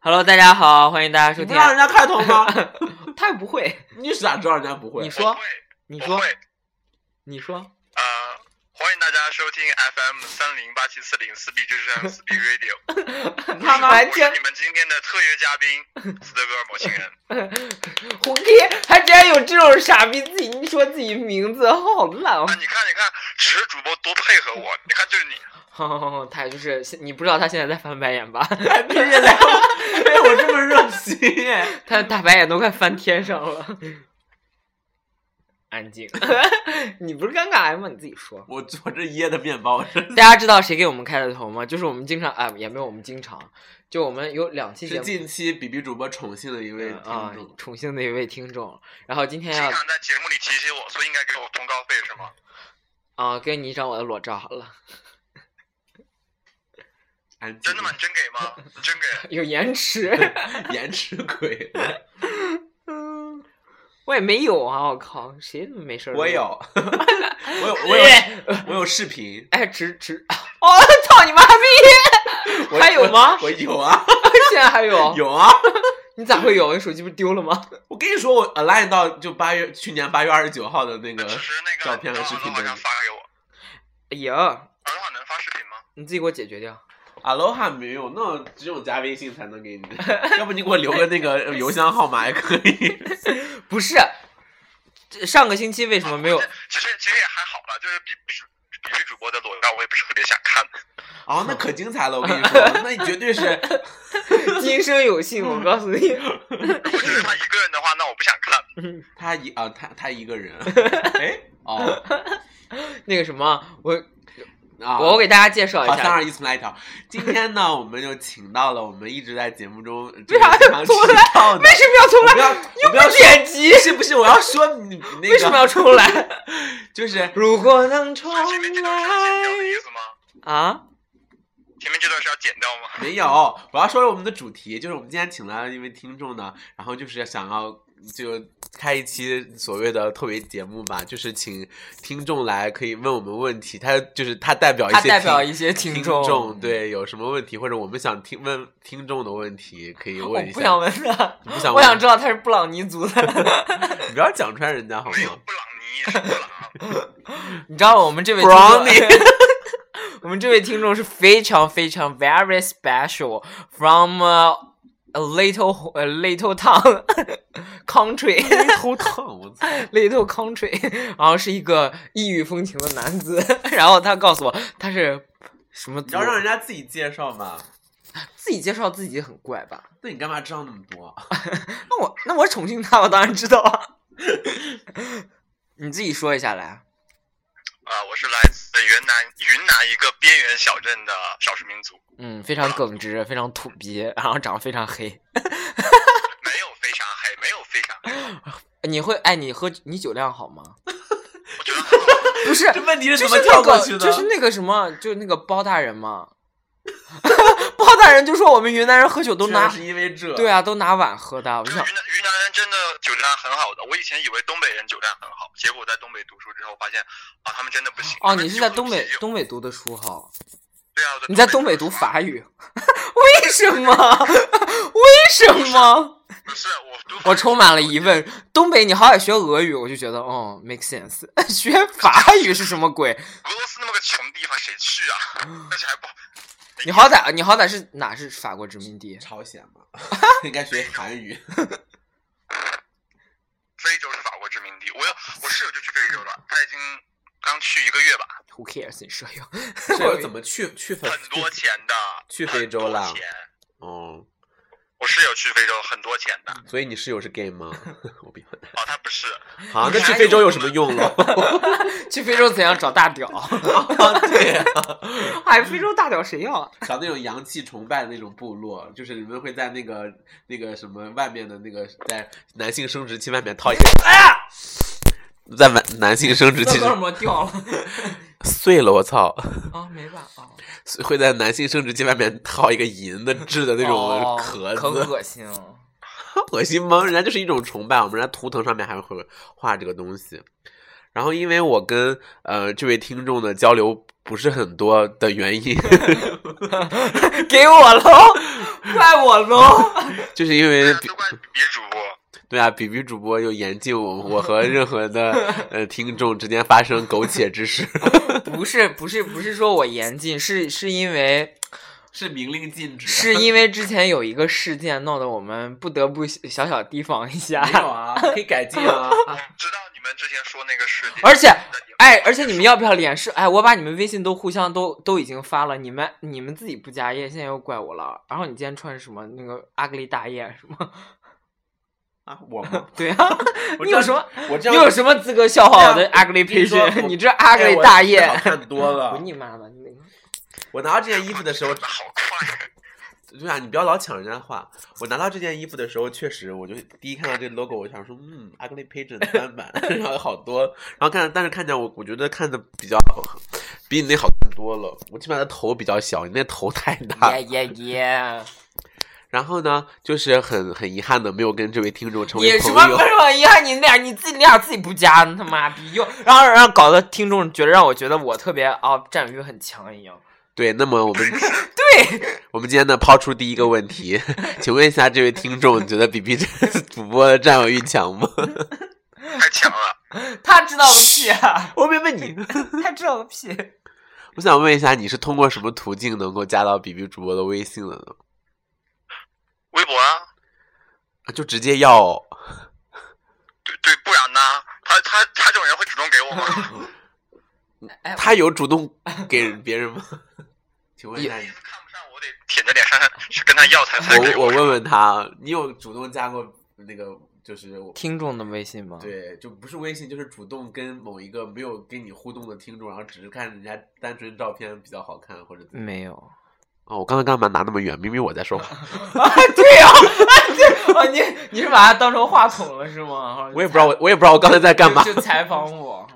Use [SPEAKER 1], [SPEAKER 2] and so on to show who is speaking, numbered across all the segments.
[SPEAKER 1] Hello，大家好，欢迎大家收
[SPEAKER 2] 你不
[SPEAKER 1] 听。
[SPEAKER 2] 让人家开头吗？
[SPEAKER 1] 他也不会，
[SPEAKER 2] 你咋知道人家不会
[SPEAKER 1] 你？说，你
[SPEAKER 3] 我
[SPEAKER 1] 说，
[SPEAKER 3] 会，
[SPEAKER 1] 你说，
[SPEAKER 3] 呃，欢迎大家收听 FM 三零八七四零四 B 就是 M 四 B Radio。
[SPEAKER 2] 你看吧，
[SPEAKER 1] 还
[SPEAKER 3] 我
[SPEAKER 1] 真
[SPEAKER 3] 是你们今天的特约嘉宾，斯德哥尔摩星人。
[SPEAKER 1] 胡天还竟然有这种傻逼自己说自己名字，好烂哦
[SPEAKER 3] 啊，！你看，你看，只是主播多配合我，你看就是你，
[SPEAKER 1] 哦， 他就是你不知道他现在在翻白眼 吧？
[SPEAKER 2] 必须得，哎，我这么热心，
[SPEAKER 1] 他大白眼都快翻天上 了。安静， 你不是尴尬癌吗？你自己说。
[SPEAKER 2] 我我这噎的面包是
[SPEAKER 1] 大家知道谁给我们开的头吗？就是我们经常啊、也没有我们经常，就我们有两期节
[SPEAKER 2] 是
[SPEAKER 1] 目
[SPEAKER 2] 近期比比主播宠幸的一位
[SPEAKER 1] 嗯啊
[SPEAKER 2] 听众，，
[SPEAKER 1] 宠幸的一位听众，然后今天
[SPEAKER 3] 经
[SPEAKER 1] 要
[SPEAKER 3] 常在节目里提起我，所以应该给我通告费是吗？
[SPEAKER 1] 啊，给你一张我的裸照好了，
[SPEAKER 2] 安静
[SPEAKER 3] 真的吗？你真给吗？你真给？
[SPEAKER 1] 有延迟。
[SPEAKER 2] 延迟 鬼，
[SPEAKER 1] 嗯，我也没有啊，我靠，谁他妈没事儿？
[SPEAKER 2] 我有，我有，我有，
[SPEAKER 1] 哎。
[SPEAKER 2] 我有视频，
[SPEAKER 1] 哎，直直，哦，操你妈逼！
[SPEAKER 2] 我
[SPEAKER 1] 还有吗哦
[SPEAKER 2] 我我有啊，
[SPEAKER 1] 现在还有？
[SPEAKER 2] 有啊。
[SPEAKER 1] 你咋会有？你手机不是丢了吗？
[SPEAKER 2] 我跟你说，我 align 到就八月去年八月二十九号的那个
[SPEAKER 3] 那，只是那个
[SPEAKER 2] 呃照片和视频
[SPEAKER 3] 你好像
[SPEAKER 2] 的
[SPEAKER 3] 发给我，
[SPEAKER 1] 哎呀，
[SPEAKER 3] 尔好能发视频吗？
[SPEAKER 1] 你自己给我解决掉。
[SPEAKER 2] Aloha 没有，那种只有加微信才能给你， 要不你给我留个 那个邮箱号码也可以。
[SPEAKER 1] 不是，这上个星期为什么没有
[SPEAKER 3] 啊？我这其实其实也还好吧，就是比比比比主播的裸照，我也不是特别想看。
[SPEAKER 2] 哦，那可精彩了，我跟你说，那你绝对是
[SPEAKER 1] 今生有幸，我告诉 你，
[SPEAKER 3] 如果就是他一个人的话，那我不想看。
[SPEAKER 2] 他一啊，他他一个 人，哎， 哦，
[SPEAKER 1] 那个什么，我
[SPEAKER 2] 啊，
[SPEAKER 1] 我给大家介绍一
[SPEAKER 2] 好，三
[SPEAKER 1] 下，
[SPEAKER 2] 二一，重来一条。啊今天呢，我们就请到了我们一直在节目中
[SPEAKER 1] 为啥要重来
[SPEAKER 2] 来
[SPEAKER 1] 为什么要重
[SPEAKER 2] 我不
[SPEAKER 1] 来？
[SPEAKER 2] 要，我
[SPEAKER 1] 又
[SPEAKER 2] 不要
[SPEAKER 1] 不
[SPEAKER 2] 说，
[SPEAKER 1] 剪辑，
[SPEAKER 2] 是不是？我要说你那个，
[SPEAKER 1] 为什么要重来？
[SPEAKER 2] 就是
[SPEAKER 1] 如果能重
[SPEAKER 3] 所以前面这段是要剪掉的意
[SPEAKER 1] 来
[SPEAKER 3] 思吗？
[SPEAKER 1] 啊！
[SPEAKER 3] 前面这段是要剪掉 吗？
[SPEAKER 2] 没有，我要说我们的主题就是我们今天请来了一位听众呢，然后就是想要就开一期所谓的特别节目吧，就是请听众来可以问我们问题，他就是他代表一
[SPEAKER 1] 他
[SPEAKER 2] 些
[SPEAKER 1] 代表
[SPEAKER 2] 听
[SPEAKER 1] 一些
[SPEAKER 2] 听
[SPEAKER 1] 听
[SPEAKER 2] 对有什么问题或者我们想听问听众的问题可以
[SPEAKER 1] 我
[SPEAKER 2] 问一
[SPEAKER 1] 哦不
[SPEAKER 2] 下。
[SPEAKER 1] 想问他，
[SPEAKER 2] 你不想
[SPEAKER 1] 我
[SPEAKER 2] 问
[SPEAKER 1] 想知道他是布朗尼族的。
[SPEAKER 2] 你不要讲穿人家好
[SPEAKER 3] 没有
[SPEAKER 2] 吗？
[SPEAKER 3] 布朗尼是布朗，
[SPEAKER 1] 你知道我们这位听众 我们这位听众是非常非常 very special from、a little a little town country
[SPEAKER 2] 偷 烫，我操！
[SPEAKER 1] little country，然 后是一个异域风情的男子，然后他告诉我他是什么
[SPEAKER 2] 你
[SPEAKER 1] 族
[SPEAKER 2] 要，让人家自己介绍嘛？
[SPEAKER 1] 自己介绍自己很怪吧？
[SPEAKER 2] 那你干嘛知道那么 多？
[SPEAKER 1] 那我那我宠幸他，我当然知道啊。 你自己说一下来，
[SPEAKER 3] 啊，我是来自云南云南一个边缘小镇的少数民族，
[SPEAKER 1] 嗯，非常耿直，非常土鳖，然后长得非常黑。
[SPEAKER 3] 没有非常黑，没有非常黑，
[SPEAKER 1] 你会哎，你喝你酒量好吗？
[SPEAKER 3] 我觉得很好。
[SPEAKER 1] 不是，
[SPEAKER 2] 这问题是
[SPEAKER 1] 就
[SPEAKER 2] 怎
[SPEAKER 1] 是
[SPEAKER 2] 么
[SPEAKER 1] 那
[SPEAKER 2] 跳过
[SPEAKER 1] 个
[SPEAKER 2] 去的？
[SPEAKER 1] 就是那个什么，就那个包大人嘛。 包大人就说我们云南人喝酒都
[SPEAKER 2] 居然
[SPEAKER 1] 拿
[SPEAKER 2] 是因为这。
[SPEAKER 1] 对啊，都拿碗喝的。我就
[SPEAKER 3] 就
[SPEAKER 1] 是想
[SPEAKER 3] 云南云南人真的酒量很好的，我以前以为东北人酒量很好，结果我在东北读书之后发现，啊，他们真的不行。
[SPEAKER 1] 哦，你是在东
[SPEAKER 3] 他们
[SPEAKER 1] 北
[SPEAKER 3] 酒后
[SPEAKER 1] 东北读的书哈？
[SPEAKER 3] 啤酒对啊，我
[SPEAKER 1] 你在东北读法语？ 为什么？为什么？
[SPEAKER 3] 不是我读法语
[SPEAKER 1] 我充满了疑。问。东北，你好歹学俄语，我就觉得哦，make sense。学 法语是什么鬼？
[SPEAKER 3] 俄罗斯那么个穷地方谁去啊？ 而且还不
[SPEAKER 1] 你好歹你好歹是哪是法国殖民地？
[SPEAKER 2] 朝鲜 嘛，应该学韩语。
[SPEAKER 3] 非洲是法国殖民地，我有我室友就去非洲了，他已经刚去一个月吧，
[SPEAKER 1] Who cares？你舍友？
[SPEAKER 2] 这友怎么去去非
[SPEAKER 3] 很多钱的，
[SPEAKER 2] 去非洲
[SPEAKER 3] 很多
[SPEAKER 2] 啦
[SPEAKER 3] 钱
[SPEAKER 2] 哦，
[SPEAKER 3] 我室友去非洲很多钱的，
[SPEAKER 2] 所以你室友是 gay 吗？我比
[SPEAKER 1] 嗯
[SPEAKER 2] 较
[SPEAKER 3] 哦，他不是，
[SPEAKER 2] 啊，
[SPEAKER 1] 那
[SPEAKER 2] 那
[SPEAKER 1] 去
[SPEAKER 2] 去
[SPEAKER 1] 非
[SPEAKER 2] 非
[SPEAKER 1] 洲
[SPEAKER 2] 洲
[SPEAKER 1] 有
[SPEAKER 2] 有
[SPEAKER 1] 什
[SPEAKER 2] 什
[SPEAKER 1] 么
[SPEAKER 2] 么 用了？
[SPEAKER 1] 去非洲怎样找大屌？
[SPEAKER 2] 对呀、
[SPEAKER 1] 哎，非洲大屌谁要啊？
[SPEAKER 2] 找那种洋气崇拜的那种部落，就是你们会在那个那个什么外面的那个，在男性生殖器外面套一个，哎呀，在男男性生殖器
[SPEAKER 1] 耳膜掉了
[SPEAKER 2] 碎了，我操，
[SPEAKER 1] 啊，没办法，
[SPEAKER 2] 会在男性生殖器外面套一个银的制的那种壳
[SPEAKER 1] 哦可
[SPEAKER 2] 子，
[SPEAKER 1] 恶心哦 了。
[SPEAKER 2] 恶心吗？人家就是一种崇拜，我们人家图腾上面还会画这个东西。然后，因为我跟呃这位听众的交流不是很多的原因，
[SPEAKER 1] 给我喽，怪我喽。
[SPEAKER 2] 就是因
[SPEAKER 3] 对
[SPEAKER 1] 呃
[SPEAKER 2] 为
[SPEAKER 3] 啊，都怪比比主播。
[SPEAKER 2] 对啊，比比主播有严禁我我和任何的呃听众之间发生苟且 之事，
[SPEAKER 1] 不是不是不是说我严禁，是是因为
[SPEAKER 2] 是明令禁止
[SPEAKER 1] 是因为之前有一个事件闹得我们不得不小小提防一下。
[SPEAKER 2] 啊，可以改进啊。
[SPEAKER 3] 知道你们之前说那个事情，
[SPEAKER 1] 而且
[SPEAKER 3] 在们
[SPEAKER 1] 哎，而且你们要不要脸是？哎，我把你们微信都互相都都已经发了，你们你们自己不加夜，现在又怪我了。然后你今天穿什么？那个阿格丽大爷是吗？
[SPEAKER 2] 啊，我吗？
[SPEAKER 1] 对啊，
[SPEAKER 2] 我
[SPEAKER 1] 你有
[SPEAKER 2] 这样
[SPEAKER 1] 什么？
[SPEAKER 2] 我这
[SPEAKER 1] 你
[SPEAKER 2] 样
[SPEAKER 1] 有什么资格笑话我
[SPEAKER 2] 这
[SPEAKER 1] 的
[SPEAKER 2] 样
[SPEAKER 1] 阿格丽
[SPEAKER 2] 我跟
[SPEAKER 1] 培
[SPEAKER 2] 你说
[SPEAKER 1] 训？
[SPEAKER 2] 我
[SPEAKER 1] 你这阿格丽
[SPEAKER 2] 哎我
[SPEAKER 1] 大
[SPEAKER 2] 这
[SPEAKER 1] 爷
[SPEAKER 2] 好，看多 了
[SPEAKER 1] 滚。你妈的！你
[SPEAKER 2] 我拿到这件衣服的时候
[SPEAKER 3] 真，的好快，
[SPEAKER 2] 对啊，你不要老抢人家的 话。我拿到这件衣服的时候，确实，我就第一看到这 logo，我想说，嗯，ugly pigeon 翻版，然后有好多，然后看，但是看见我，我觉得看的比较好，比你那好看多了。我起码的头比较小，你那头太大。
[SPEAKER 1] 耶耶耶！
[SPEAKER 2] 然后呢，就是很很遗憾的，没有跟这位听众成
[SPEAKER 1] 你
[SPEAKER 2] 为
[SPEAKER 1] 什
[SPEAKER 2] 朋
[SPEAKER 1] 么
[SPEAKER 2] 友
[SPEAKER 1] 不。是我遗憾？你俩你自己你俩自己不加，他妈逼又然后让搞得听众觉得让我觉得我特别啊占有欲很强一样。
[SPEAKER 2] 对，那么我们 对， 我们今天呢抛出第一个问题， 请问一下这位听众，你觉得比比这 主播的占有欲强吗？
[SPEAKER 3] 太强了。
[SPEAKER 1] 他知道个屁啊！
[SPEAKER 2] 我没问你。
[SPEAKER 1] 他知道个屁。
[SPEAKER 2] 我想问一下，你是通过什么途径能够加到比比主播的微信的呢？
[SPEAKER 3] 微博啊，
[SPEAKER 2] 啊就直接要哦
[SPEAKER 3] 对对，不然呢？他他他这种人会主动给 我吗？
[SPEAKER 1] 哎，
[SPEAKER 2] 他有主动
[SPEAKER 1] 呃
[SPEAKER 2] 给别人吗？ 请问一下
[SPEAKER 3] 第一
[SPEAKER 2] 你，
[SPEAKER 3] 次看不上我得舔着脸上去跟他要才才给
[SPEAKER 2] 我我
[SPEAKER 3] 我。
[SPEAKER 2] 问问他，啊你有主动加过那个就是我
[SPEAKER 1] 听众的微信吗？，
[SPEAKER 2] 对，就不是微信，就是主动跟某一个没有跟你互动的听众，然后只是看人家单纯照片比较好看或者怎么样。
[SPEAKER 1] 没有。
[SPEAKER 2] 哦，我刚才干嘛拿那么远？明明我在说 话，
[SPEAKER 1] 啊，对呀、啊，对啊，你你是把它当成话筒了是吗？
[SPEAKER 2] 我也不知道我我也不知道我刚才在 干嘛。
[SPEAKER 1] 就就采访我。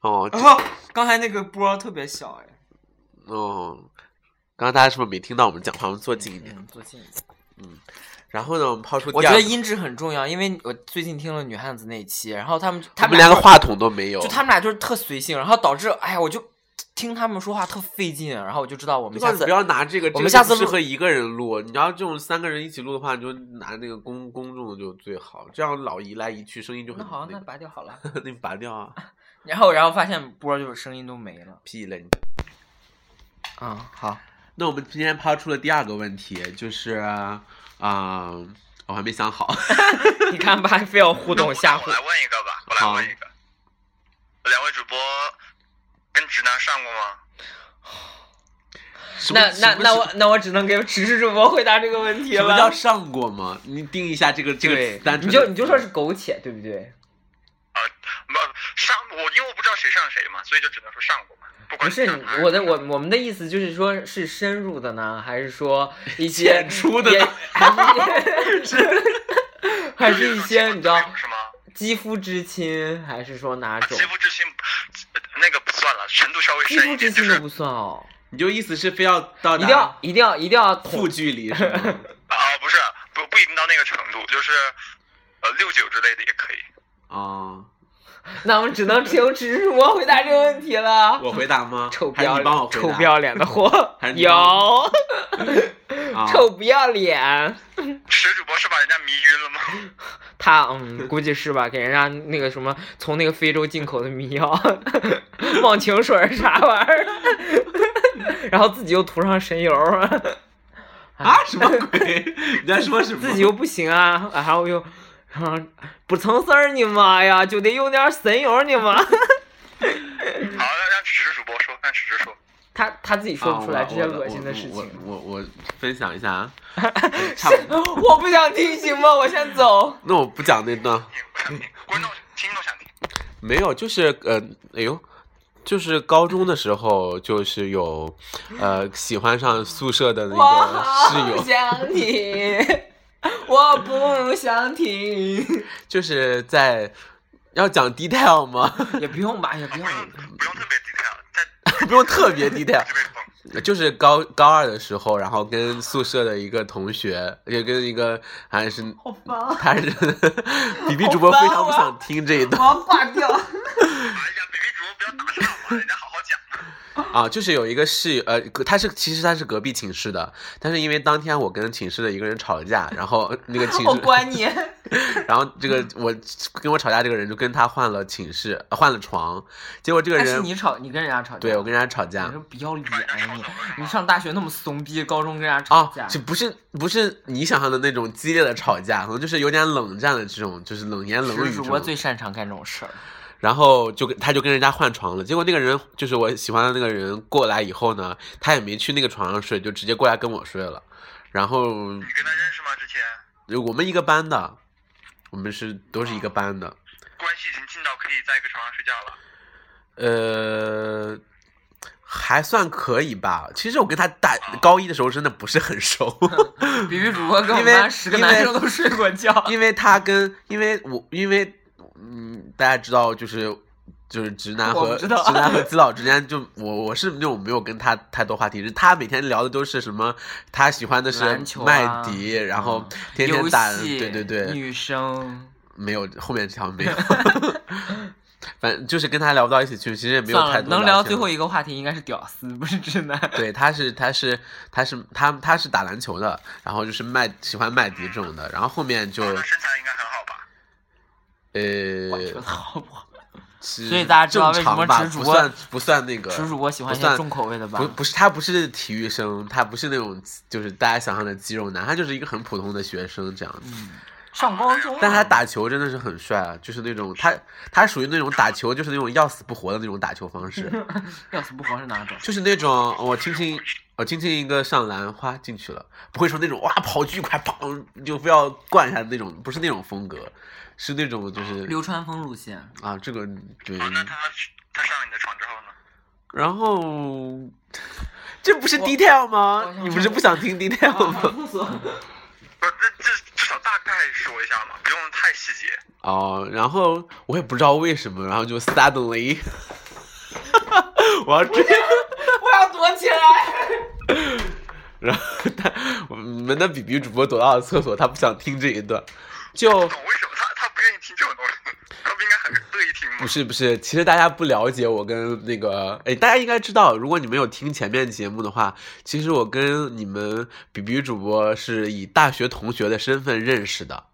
[SPEAKER 2] 哦这
[SPEAKER 1] 然后刚才那个波特别小哎。
[SPEAKER 2] 哦，刚刚大家是不是没听到我们讲话？我们坐近一点。
[SPEAKER 1] 嗯，坐近一点。
[SPEAKER 2] 然后呢，我们抛出
[SPEAKER 1] 我
[SPEAKER 2] 第
[SPEAKER 1] 觉
[SPEAKER 2] 二
[SPEAKER 1] 得
[SPEAKER 2] 个，
[SPEAKER 1] 音质很重要，因为我最近听了女汉子那一期，然后他们
[SPEAKER 2] 他
[SPEAKER 1] 他
[SPEAKER 2] 们
[SPEAKER 1] 们
[SPEAKER 2] 连
[SPEAKER 1] 俩
[SPEAKER 2] 个话筒都没有。
[SPEAKER 1] 就他们俩就是特随性，然后导致哎呀，我就听他们说话特费劲，啊然后我就知道我
[SPEAKER 2] 不
[SPEAKER 1] 们
[SPEAKER 2] 要
[SPEAKER 1] 下
[SPEAKER 2] 你
[SPEAKER 1] 次
[SPEAKER 2] 不要拿这个，
[SPEAKER 1] 我
[SPEAKER 2] 这
[SPEAKER 1] 们
[SPEAKER 2] 个
[SPEAKER 1] 下次
[SPEAKER 2] 就不适
[SPEAKER 1] 录
[SPEAKER 2] 合一个人录。你要这种三个人一起录的话，你就拿那个公公众的就最好，这样老移来移去，声音就
[SPEAKER 1] 那
[SPEAKER 2] 很
[SPEAKER 1] 好，那
[SPEAKER 2] 个
[SPEAKER 1] 拔掉好了。
[SPEAKER 2] 那你拔掉啊，
[SPEAKER 1] 然后然后发现波就是声音都没了。
[SPEAKER 2] 屁了你。
[SPEAKER 1] 嗯，好。
[SPEAKER 2] 那我们今天抛出了第二个问题，就是啊、我还没想好。
[SPEAKER 1] 你看吧，非要互动吓
[SPEAKER 3] 那我
[SPEAKER 1] 唬
[SPEAKER 3] 来。问一个吧，我来问一个。两位主播跟直男上过吗？
[SPEAKER 2] 什么
[SPEAKER 1] 那那
[SPEAKER 2] 什么
[SPEAKER 1] 那我那我只能给只是主播回答这个问题
[SPEAKER 2] 什么叫
[SPEAKER 1] 了。
[SPEAKER 2] 上过吗？你定义一下这个这
[SPEAKER 1] 对
[SPEAKER 2] 个单，
[SPEAKER 1] 你
[SPEAKER 2] 纯的
[SPEAKER 1] 就你就说是苟且，对不对？
[SPEAKER 3] 啊，不上我，因为我不知道谁上谁嘛，所以就只能说上过嘛。
[SPEAKER 1] 不
[SPEAKER 3] 不管
[SPEAKER 1] 是
[SPEAKER 3] 上
[SPEAKER 1] 你
[SPEAKER 3] 哪儿
[SPEAKER 1] 我的我我们的意思就是说，是深入的呢，还是说一些
[SPEAKER 2] 浅出的呢
[SPEAKER 1] 也 还是还是一些你知道
[SPEAKER 3] 是吗？
[SPEAKER 1] 肌肤之亲，还是说哪种
[SPEAKER 3] 肌？肤之亲，呃那个不算了，程度稍微
[SPEAKER 1] 肌
[SPEAKER 3] 深
[SPEAKER 1] 肤
[SPEAKER 3] 一
[SPEAKER 1] 之
[SPEAKER 3] 点，就
[SPEAKER 1] 亲都
[SPEAKER 3] 是
[SPEAKER 1] 不算哦，
[SPEAKER 2] 你就意思是非要到
[SPEAKER 1] 一
[SPEAKER 2] 达
[SPEAKER 1] 定要一定要一定要
[SPEAKER 2] 负距离是吗？
[SPEAKER 3] 啊，不是不不一定到那个程度，就是呃六九之类的也可以。
[SPEAKER 2] 啊、
[SPEAKER 1] 那我们只能请只是主播回答这个问题了。
[SPEAKER 2] 我回答吗？
[SPEAKER 1] 臭不
[SPEAKER 2] 还是
[SPEAKER 1] 要
[SPEAKER 2] 你帮我
[SPEAKER 1] 脸，
[SPEAKER 2] 回答
[SPEAKER 1] 臭不要脸 的货
[SPEAKER 2] 还是，你
[SPEAKER 1] 有
[SPEAKER 2] 帮啊、
[SPEAKER 1] 臭不要脸。
[SPEAKER 3] 石主播是把人家迷晕 了吗？
[SPEAKER 1] 他嗯，估计是吧，给人家那个什么，从那个非洲进口的迷药、 忘情水儿 啥玩意儿，然后自己又涂上神油儿， 哎
[SPEAKER 2] 啊！什么鬼？ 你在说什么？
[SPEAKER 1] 自己又不行啊，然后又，然后不成事儿你妈呀，就得用点儿神油儿你妈。
[SPEAKER 3] 好，让让石主播说，让石主说。
[SPEAKER 1] 他他自己说不出来
[SPEAKER 2] 啊
[SPEAKER 1] 这些
[SPEAKER 2] 我
[SPEAKER 1] 恶心的事
[SPEAKER 2] 我
[SPEAKER 1] 情，
[SPEAKER 2] 我我我分享一下 啊，差不多。
[SPEAKER 1] 我不想听行吗？我先走。
[SPEAKER 2] 那我不讲那段，
[SPEAKER 1] 嗯
[SPEAKER 3] 观众听众想听，
[SPEAKER 2] 没有，就是呃，哎呦。就是高中的时候，就是有，呃，喜欢上宿舍的那
[SPEAKER 1] 我好
[SPEAKER 2] 个室友，
[SPEAKER 1] 想你， 我不想听。
[SPEAKER 2] 就是在要讲 detail 吗？
[SPEAKER 1] 也不用吧，也不
[SPEAKER 3] 不
[SPEAKER 1] 用。
[SPEAKER 3] 用不用特别 detail，但
[SPEAKER 2] 不用特别 detail，
[SPEAKER 3] 特别疯。
[SPEAKER 2] 就是高高二的时候，然后跟宿舍的一个同学，也跟一个还是
[SPEAKER 1] 好烦。
[SPEAKER 2] 他是 比比主播非常不想听这一段。
[SPEAKER 1] 要挂掉。
[SPEAKER 3] 哎呀，比比主播不要打岔嘛，人家好好讲。
[SPEAKER 2] 啊，就是有一个室呃，隔他是其实他是隔壁寝室的，但是因为当天我跟寝室的一个人吵了架，然后呃那个寝
[SPEAKER 1] 我
[SPEAKER 2] 室，
[SPEAKER 1] 关你。
[SPEAKER 2] 然后这个我跟我吵架这个人就跟他换了寝室，呃换了床，结果这个
[SPEAKER 1] 但是
[SPEAKER 2] 人
[SPEAKER 1] 你吵，你跟人家吵架。
[SPEAKER 2] 对我跟人家吵架
[SPEAKER 1] 你这不要脸啊你！你上大学那么怂逼，高中跟人家吵
[SPEAKER 2] 啊
[SPEAKER 1] 架，，
[SPEAKER 2] 就不是不是你想象的那种激烈的吵架，可能就是有点冷战的这种，就是冷言冷
[SPEAKER 1] 是
[SPEAKER 2] 语这
[SPEAKER 1] 主播
[SPEAKER 2] 种。
[SPEAKER 1] 最擅长干这种 事儿。
[SPEAKER 2] 然后就跟他就跟人家换床了，结果那个人就是我喜欢的那个人过来以后呢，他也没去那个床上睡，就直接过来跟我睡了。然后
[SPEAKER 3] 你跟他认识吗？之前
[SPEAKER 2] 我们一个班的，我们是都是一个班的。
[SPEAKER 3] 关系已经近到可以在一个床上睡觉了。
[SPEAKER 2] 呃，还算可以吧。其实我跟他大高一的时候真的不是很熟，
[SPEAKER 1] 比比主播跟我
[SPEAKER 2] 因为
[SPEAKER 1] 们班十个
[SPEAKER 2] 因
[SPEAKER 1] 男
[SPEAKER 2] 为
[SPEAKER 1] 生都睡过觉。
[SPEAKER 2] 因为他跟因为我因为嗯，大家知道就是。就是直男
[SPEAKER 1] 我
[SPEAKER 2] 和
[SPEAKER 1] 不
[SPEAKER 2] 直
[SPEAKER 1] 知道
[SPEAKER 2] 男和基佬之间，就我我是那种没有跟他太多话题，是他每天聊的都是什么，他喜欢的是
[SPEAKER 1] 篮球啊嗯
[SPEAKER 2] 麦迪，然后天天
[SPEAKER 1] 游
[SPEAKER 2] 打，
[SPEAKER 1] 戏
[SPEAKER 2] 对对对，
[SPEAKER 1] 女生。
[SPEAKER 2] 没有，后面这条 没有。反正就是跟他聊不到一起去，其实也没有
[SPEAKER 1] 算
[SPEAKER 2] 太
[SPEAKER 1] 了，
[SPEAKER 2] 多
[SPEAKER 1] 能聊
[SPEAKER 2] 天
[SPEAKER 1] 最
[SPEAKER 2] 了
[SPEAKER 1] 后一个话题应该是屌丝，不是直男。
[SPEAKER 2] 对，他是他是他是他他是打篮球的，然后就是麦喜欢麦迪这种的，然后后面就
[SPEAKER 3] 那身材应该很好吧？
[SPEAKER 2] 呃，
[SPEAKER 1] 我觉得好不好？
[SPEAKER 2] 所
[SPEAKER 1] 所以大家知道为什么直
[SPEAKER 2] 不
[SPEAKER 1] 主播
[SPEAKER 2] 算不算那个
[SPEAKER 1] 直主播喜欢一
[SPEAKER 2] 不
[SPEAKER 1] 些
[SPEAKER 2] 算
[SPEAKER 1] 重口味的吧
[SPEAKER 2] 不？不是他不是体育生，他不是那种就是大家想象的肌肉男，他就是一个很普通的学生这样子。
[SPEAKER 1] 嗯上高中啊，
[SPEAKER 2] 但他打球真的是很帅啊，就是那种他他属于那种打球就是那种要死不活的那种打球 方式，
[SPEAKER 1] 屌丝不黄是哪种？
[SPEAKER 2] 就是那种我轻轻我轻轻一个上篮，哗进去了，不会说那种哇跑巨快，砰就非要灌一下那种，不是那种风格，是那种就是
[SPEAKER 1] 流川枫路线，
[SPEAKER 2] 啊这个对，
[SPEAKER 1] 嗯哦
[SPEAKER 3] 啊，那他他上了你的床之后呢？
[SPEAKER 2] 然后这不是
[SPEAKER 1] 我
[SPEAKER 2] detail
[SPEAKER 1] 我
[SPEAKER 2] 吗？
[SPEAKER 1] 想哦
[SPEAKER 2] 你不
[SPEAKER 1] 上
[SPEAKER 2] 是不想听 detail 吗？
[SPEAKER 1] 厕所。
[SPEAKER 3] 不，这这至少大概说一下嘛，不用太细节。
[SPEAKER 2] 哦，然后我也不知道为什么，然后就 suddenly，我要追。
[SPEAKER 1] 我要躲起来。
[SPEAKER 2] 然后他我们的比比主播躲到了厕所，他不想听这一段，就
[SPEAKER 3] 懂为什么他他不愿意听这种东西？他不应该很乐意听吗
[SPEAKER 2] 不？是不是，其实大家不了解我跟那个，哎，大家应该知道，如果你们有听前面节目的话，其实我跟你们比比主播是以大学同学的身份认识的，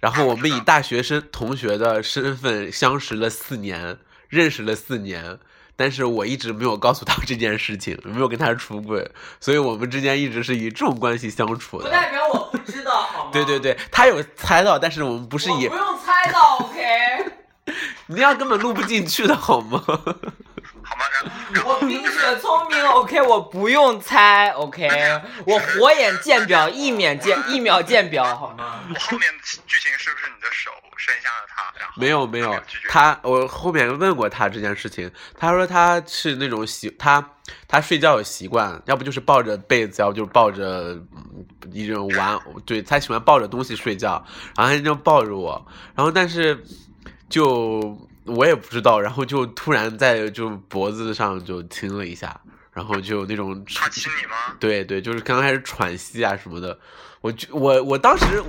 [SPEAKER 2] 然后我们以大学生同学的身份相识了四年，认识了四年。但是我一直没有告诉他这件事情，没有跟他出柜，所以我们之间一直是以这种关系相处的。
[SPEAKER 1] 表我不知道，好吗
[SPEAKER 2] 对对，对，他有猜到，但是我们不是以
[SPEAKER 1] 用猜到，OK。
[SPEAKER 2] 你那样根本录不进去的好吗？
[SPEAKER 3] 好吗？然后然后
[SPEAKER 1] 冰雪聪明，OK，我不用猜，OK，我 火眼见表，一秒见一秒见表，好吗？
[SPEAKER 3] 我后面的剧情是不是你的手伸向了他？然后
[SPEAKER 2] 没有没有
[SPEAKER 3] 拒绝，
[SPEAKER 2] 他我后面问过他这件事情，他说他是那种习他他睡觉有习惯，要不就是抱着被子，要不就是抱着嗯一种玩，对他喜欢抱着东西睡觉，然后他就抱着我，然后但是就我也不知道，然后就突然在就脖子上就亲了一下，然后就那种
[SPEAKER 3] 他亲你吗？
[SPEAKER 2] 对对，就是刚开始喘息啊什么的，我就我我当时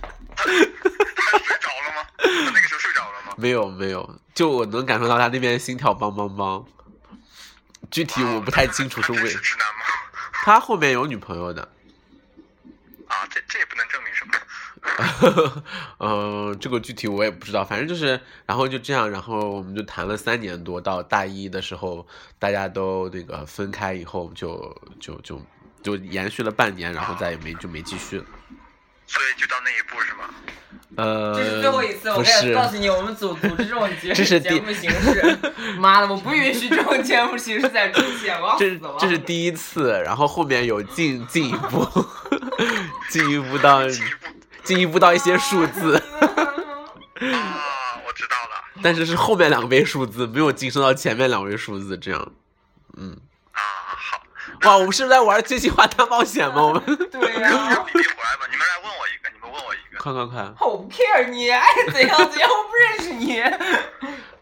[SPEAKER 3] 他睡着了吗？他那个时候睡着了吗？
[SPEAKER 2] 没有没有，就我能感受到他那边心跳梆梆梆。具体 我不太清楚是
[SPEAKER 3] 他 真
[SPEAKER 2] 为
[SPEAKER 3] 是直男吗？
[SPEAKER 2] 他后面有女朋友的，
[SPEAKER 3] 啊，这这也不能证明什么。
[SPEAKER 2] 嗯、这个具体我也不知道，反正就是，然后就这样，然后我们就谈了三年多，到大一的时候，大家都那个分开以后就，就就就延续了半年，然后再也没就没继续了。
[SPEAKER 3] 所以就到那一步是吗？
[SPEAKER 2] 呃，
[SPEAKER 1] 这是最后一次，我
[SPEAKER 2] 不
[SPEAKER 1] 跟
[SPEAKER 2] 是
[SPEAKER 1] 你告诉你，我们组组织这种节
[SPEAKER 2] 这是第
[SPEAKER 1] 节目形式，妈的，我不允许这种节目形式再出现，我要死
[SPEAKER 2] 这
[SPEAKER 1] 了。
[SPEAKER 2] 这是第一次，然后后面有进进一步， 进一步到
[SPEAKER 3] 进一步
[SPEAKER 2] 进一步到一些数字，
[SPEAKER 3] 啊，我知道了
[SPEAKER 2] 但是是后面两位数字，没有晋升到前面两位数字这样。嗯，
[SPEAKER 3] 啊，好，
[SPEAKER 2] 哇，我们是不是在玩《真心话大冒险》吗？我们
[SPEAKER 1] 对呀、
[SPEAKER 3] 那你别回来吧，你们来问我一个，你们问我一个。
[SPEAKER 2] 快快快！
[SPEAKER 1] 我不 care 你，爱怎样怎样，我不认识你。